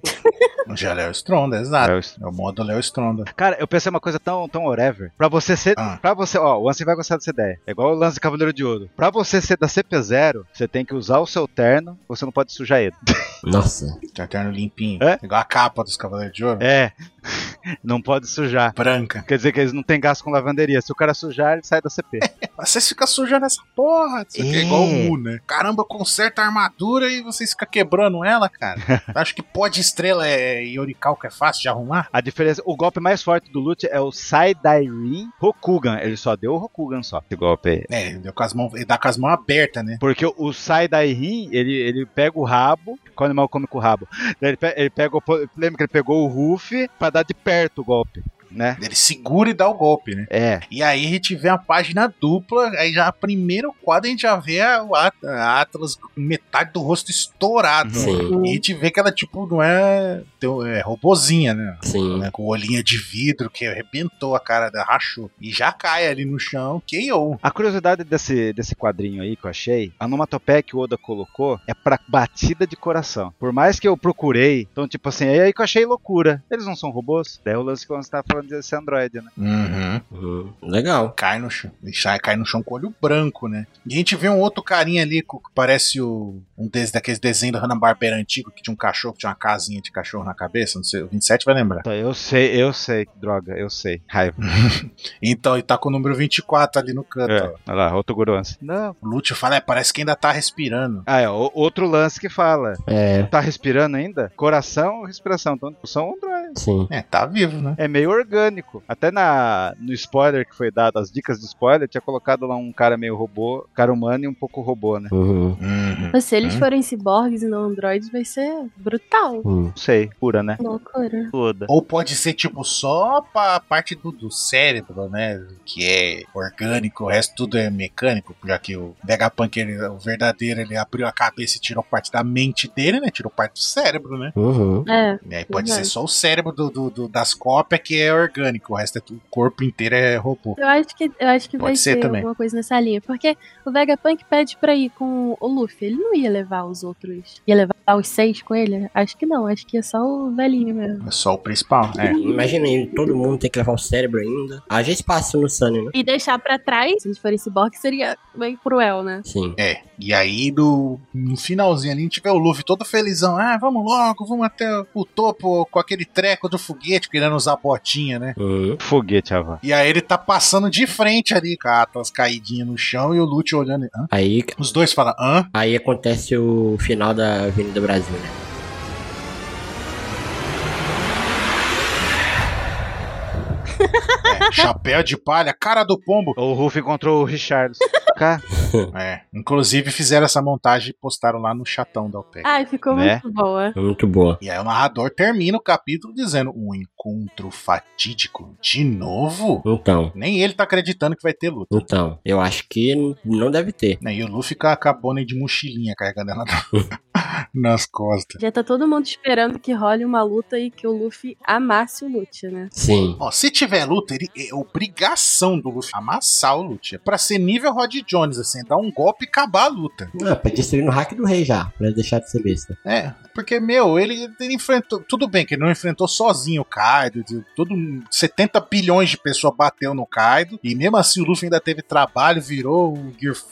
Já é o Stronda, exato.
É o-
É o modo Léo Stronda.
Cara, eu pensei uma coisa tão, tão whatever. Pra você ser.
Ah.
Pra você. Ó, o Ansem vai gostar dessa ideia. É igual o lance de Cavaleiro de Ouro. Pra você ser da CP0, você tem que usar o seu terno, você não pode sujar ele.
Nossa.
Tem um terno limpinho.
É?
Igual a capa dos Cavaleiros de Ouro. É
É. (laughs) Não pode sujar.
Branca.
Quer dizer que eles não têm gasto com lavanderia. Se o cara sujar, ele sai da CP.
Vocês ficam sujando essa porra. Isso aqui é
É.
igual o Mu, né? Caramba, conserta a armadura e vocês ficam quebrando ela,
(laughs)
cara. Acho que pó de estrela é Yorikal que é fácil de arrumar.
A diferença, o golpe mais forte do Lute é o Saidairin Rokugan. Ele só deu o Rokugan só. Esse golpe aí.
É, deu com as mãos, ele dá com as mãos abertas, né?
Porque o Saidairin, ele, ele pega o rabo. Qual animal come com o rabo? Daí Ele, pe- ele pega o, po- lembra que ele pegou o Ruff pra dar de perto o golpe. né?
Ele segura e dá o golpe, né?
É,
E aí a gente vê a página dupla, aí já a primeiro quadro a gente já vê a, a, a Atlas com metade do rosto estourado.
Sim,
Uhum.
E a gente vê que ela, tipo, não é, tem- é robozinha, né?
sim.
né, Com olhinha de vidro que arrebentou a cara da rachou. E já cai ali no chão, KO.
A curiosidade desse, desse quadrinho aí que eu achei, a onomatopeia que o Oda colocou é pra batida de coração. Por mais que eu procurei, então, tipo assim, é aí que eu achei loucura. Eles não são robôs? Daí o lance que você tava falando desse androide, né?
Uhum. Legal.
Cai no chão. E sai- cai no chão com o olho branco, né? E a gente vê um outro carinha ali co- que parece o, um des, daqueles desenhos do Hanna-Barbera antigo que tinha um cachorro, que tinha uma casinha de cachorro na cabeça. Não sei, o 27 vai lembrar.
Então, eu sei, eu sei, droga, eu sei. Raiva.
Então, ele tá com o número 24 ali no canto.
(laughs) É,
ó.
olha lá, outro Guruance. Não.
O Lúcio fala, é, parece que ainda tá respirando.
Ah, é, o- outro lance que fala.
É,
Tá respirando ainda? Coração, respiração. Então, são androides.
sim.
É, tá vivo, né?
É meio orgânico. Até na, no spoiler que foi dado, as dicas de spoiler, tinha colocado lá um cara meio robô, cara humano e um pouco robô, né?
Uhum.
Uhum.
Mas se eles
Hum.
forem ciborgues e não androides, vai ser brutal.
Uhum.
Não sei, pura, né?
Loucura.
Toda.
(laughs) Ou pode ser, tipo, só a parte do, do cérebro, né? Que é orgânico, o resto tudo é mecânico, já que o Vegapunk, ele, o verdadeiro, ele abriu a cabeça e tirou parte da mente dele, né? Tirou parte do cérebro, né?
Uhum.
É,
E aí pode
Verdade.
ser só o cérebro do, do- do- das cópias que é orgânico, o resto é tudo, o corpo inteiro é robô.
eu acho que, eu acho que
Pode
vai
ser
ser
também.
alguma coisa nessa linha. Porque o Vegapunk pede pra ir com o Luffy. Ele não ia levar os outros. Ia levar os seis com ele? Acho que não. Acho que é só o velhinho mesmo.
É só o principal, né?
Imagina aí, todo mundo tem que levar o cérebro ainda. Haja espaço no Sunny, né?
E deixar pra trás, se eles forem ciborgues, seria meio cruel, né?
Sim.
É, e aí do, no finalzinho ali a gente vê o Luffy todo felizão. Ah, vamos logo, vamos até o topo com aquele treco do foguete, querendo usar a botinha, né?
Uhum.
Um Foguete, Avan.
E aí ele tá passando de frente ali, com a Atlas caidinha no chão e o Lute olhando. Hã?
Aí,
Os dois falam, hã?
aí acontece o final da Avenida Brasil, né?
É, chapéu de palha, cara do pombo.
O Ruff encontrou o Richard. Cá,
É, inclusive fizeram essa montagem e postaram lá no chatão da OPEC.
Ai, ficou
Né?
muito boa.
É Muito boa.
E aí o narrador termina o capítulo dizendo, um encontro fatídico de novo?
Então,
Nem ele tá acreditando que vai ter luta.
então, eu acho que n- não deve ter.
Né, E o Luffy com a cabona de mochilinha carregando ela (laughs) na- nas costas.
Já tá todo mundo esperando que role uma luta e que o Luffy amasse o Lute, né?
Sim.
Ó, se tiver luta, ele, é obrigação do Luffy amassar o Lute. É pra ser nível Rod Jones, assim, dar um golpe e acabar a luta.
Ah, pra destruir no hack do rei já, pra deixar de ser besta.
É, porque, meu, ele, ele enfrentou. Tudo bem que ele não enfrentou sozinho o Kaido. de- Todo, 70 bilhões de pessoas bateu no Kaido. E mesmo assim o Luffy ainda teve trabalho, virou o Gear 5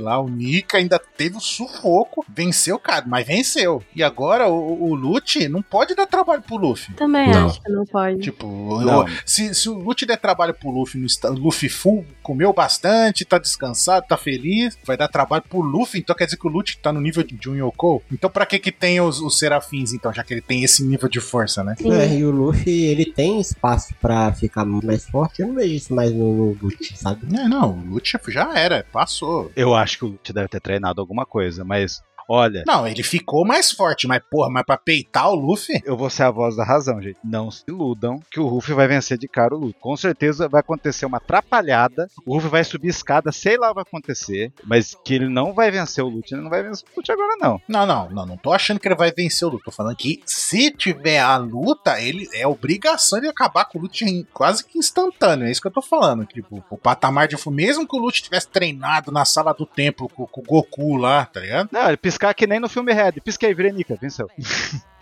lá, o Nika, ainda teve o sufoco. Venceu o Kaido, mas venceu. E agora o, o Lute não pode dar trabalho pro Luffy.
Também
Não.
acho que não pode.
Tipo,
Não.
o- se, se o Lute der trabalho pro Luffy no esta- Luffy full, comeu bastante, tá descansado, tá feliz, vai dar trabalho pro Luffy, então quer dizer que o Lute tá no nível de, de um Yoko? Então pra que que tem os, os serafins, então, já que ele tem esse nível de força, né?
Sim.
É, e o Luffy, ele tem espaço pra ficar mais forte. Eu não vejo isso mais no Luffy, sabe?
Não, É, não, o Lute já era, passou.
eu acho que o Lute deve ter treinado alguma coisa, mas olha,
Não, ele ficou mais forte, mas porra, mas pra peitar o Luffy?
eu vou ser a voz da razão, gente. Não se iludam que o Ruff vai vencer de cara o Luffy. Com certeza vai acontecer uma atrapalhada, o Ruff vai subir escada, sei lá o que vai acontecer, mas que ele não vai vencer o Lute, ele não vai vencer o Lute agora não.
Não, não, não, não tô achando que ele vai vencer o Luffy, tô falando que se tiver a luta, ele é obrigação de acabar com o Lute em- quase que instantâneo, é isso que eu tô falando, tipo, o patamar de mesmo que o Lute tivesse treinado na sala do templo com, com o Goku lá, tá ligado?
Não, ele piscar que nem no filme Red. Pisquei, Verenica, venceu.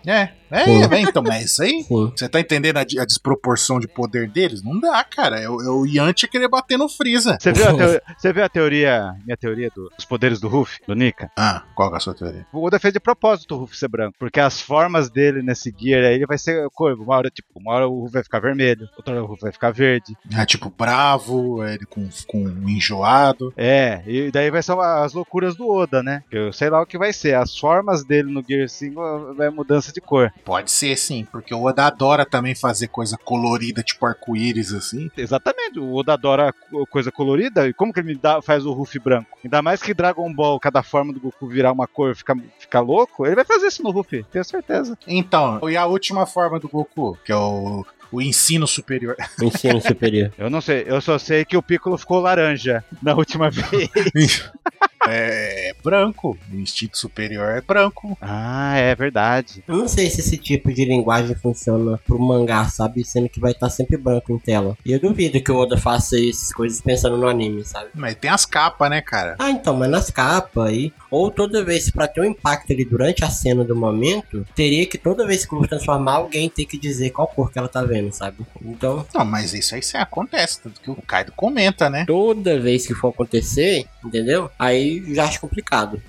É, é,
Sim.
né, então, mas é isso aí.
Sim.
Você tá entendendo a, di- a desproporção de poder deles? Não dá, cara. É, o- é o Yantia querer bater no Freeza.
Você viu a, teo- você viu a teoria, minha teoria do- dos poderes do Ruff, do Nika?
Ah, qual que é a sua teoria?
O Oda fez de propósito o Ruff ser branco, porque as formas dele nesse gear aí, ele vai ser corvo. Uma hora, tipo, uma hora o Ruff vai ficar vermelho, outra hora o Ruff vai ficar verde.
É tipo bravo, é ele com, com enjoado.
É, e daí vai ser uma- as loucuras do Oda, né? Eu sei lá o que vai ser. As formas dele no Gear 5 vai mudança de cor.
Pode ser, sim, porque o Oda adora também fazer coisa colorida, tipo arco-íris, assim.
Exatamente, o Oda adora co- coisa colorida. E como que ele me dá- faz o Ruff branco? Ainda mais que Dragon Ball, cada forma do Goku virar uma cor e ficar ficar louco, ele vai fazer isso no Ruff, tenho certeza.
Então, e a última forma do Goku, que é o, o ensino superior. (laughs)
O ensino superior.
Eu não sei, eu só sei que o Piccolo ficou laranja na última (laughs) vez.
É, é branco. O instinto superior é branco.
Ah, é verdade.
(laughs) Eu não sei se esse tipo de linguagem funciona pro mangá, sabe? Sendo que vai estar sempre branco em tela. E eu duvido que o Oda faça essas coisas pensando no anime, sabe?
Mas tem as capas, né, cara?
Ah, então, mas nas capas aí, ou toda vez pra ter um impacto ali durante a cena do momento, teria que toda vez que eu vou transformar, alguém ter que dizer qual cor que ela tá vendo, sabe? Então,
Não, mas isso aí sempre acontece, tanto que o Kaido comenta, né?
toda vez que for acontecer, entendeu? Aí já acho complicado.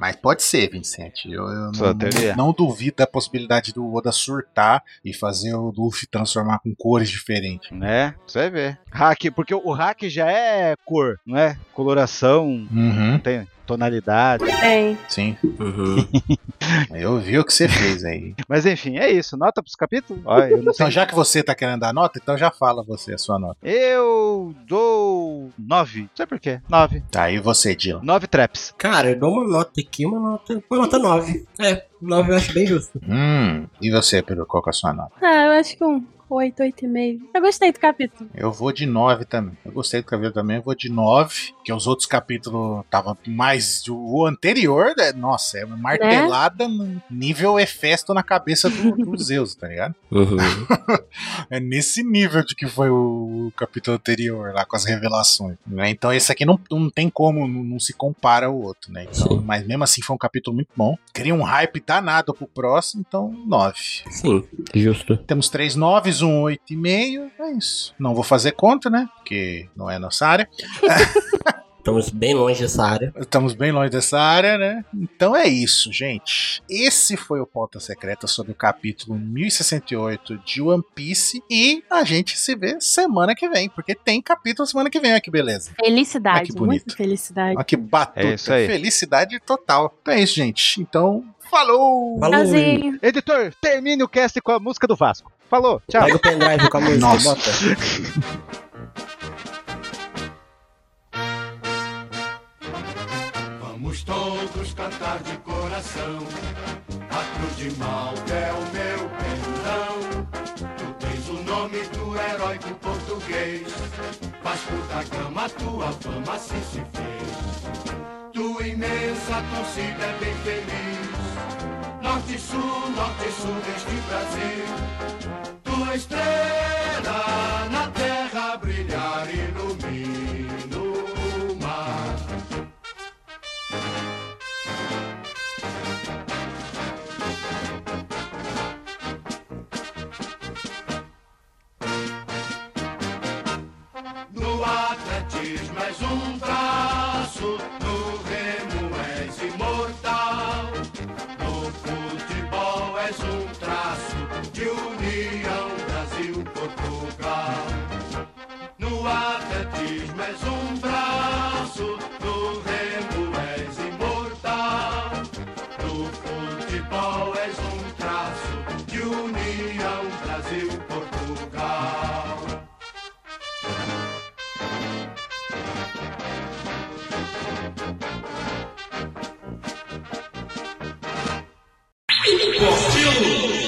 Mas pode ser, Vicente. Eu, eu
Sua
não,
teoria.
não duvido da possibilidade do Oda surtar e fazer o Luffy transformar com cores diferentes.
Né? Você vai ver. Hack, porque o hack já é cor, não é? Coloração,
Uhum,
tem tonalidade.
Tem.
sim.
Uhum.
(laughs) Eu vi o que você fez aí.
Mas enfim, é isso. Nota pros capítulos? Olha, eu não sei.
Então, já que você tá querendo dar nota, então já fala você a sua nota.
Eu dou 9. Não sei por quê. 9.
Tá, e você, Dylan?
9 traps.
Cara, eu dou uma nota aqui, uma nota, uma nota 9. É, 9 eu acho bem justo.
Hum, e você, Pedro, qual que é a sua nota?
Ah, eu acho que um 8, 8,5. Eu gostei do capítulo.
Eu vou de 9 também. Eu gostei do cabelo também, eu vou de 9, porque os outros capítulos tava mais. O anterior, né? nossa, é uma martelada no nível Hefesto na cabeça do, do Zeus, tá ligado? É nesse nível de que foi o capítulo anterior, lá com as revelações. né? Então esse aqui não, não tem como, não, não se compara ao outro, né? Então,
Sim.
mas mesmo assim foi um capítulo muito bom. Cria um hype danado pro próximo, então 9.
Sim, justo.
Temos três 9s, um 8,5. É isso. Não vou fazer conta, né? Porque não é nossa área.
Estamos bem longe dessa área.
Estamos bem longe dessa área, né? Então é isso, gente. Esse foi o Pauta Secreta sobre o capítulo 1068 de One Piece. E a gente se vê semana que vem, porque tem capítulo semana que vem. Olha que beleza. Ah, que
Felicidade,
bonito.
muita felicidade.
Olha que batuta.
É isso aí.
Felicidade total. Então é isso, gente. Então, falou!
Falou,
Tchauzinho.
Editor, termine o cast com a música do Vasco. Falou, tchau.
Pega o pendrive com a música,
Nossa.
bota.
Vamos todos cantar de coração. A cruz de Malta é o meu perdão. Tu tens o nome do heróico português. Vasco da Gama, tua fama assim se fez. Tua imensa torcida é bem feliz. Norte, sul, norte, sul deste Brasil. Tua estrela na terra brilhar ilumina o mar. No atletismo és um braço, no remo és imortal. No futebol és um traço de união Brasil-Portugal. No atletismo és um braço, no remo és imortal. No futebol és um traço de união Brasil-Portugal. Curtiu?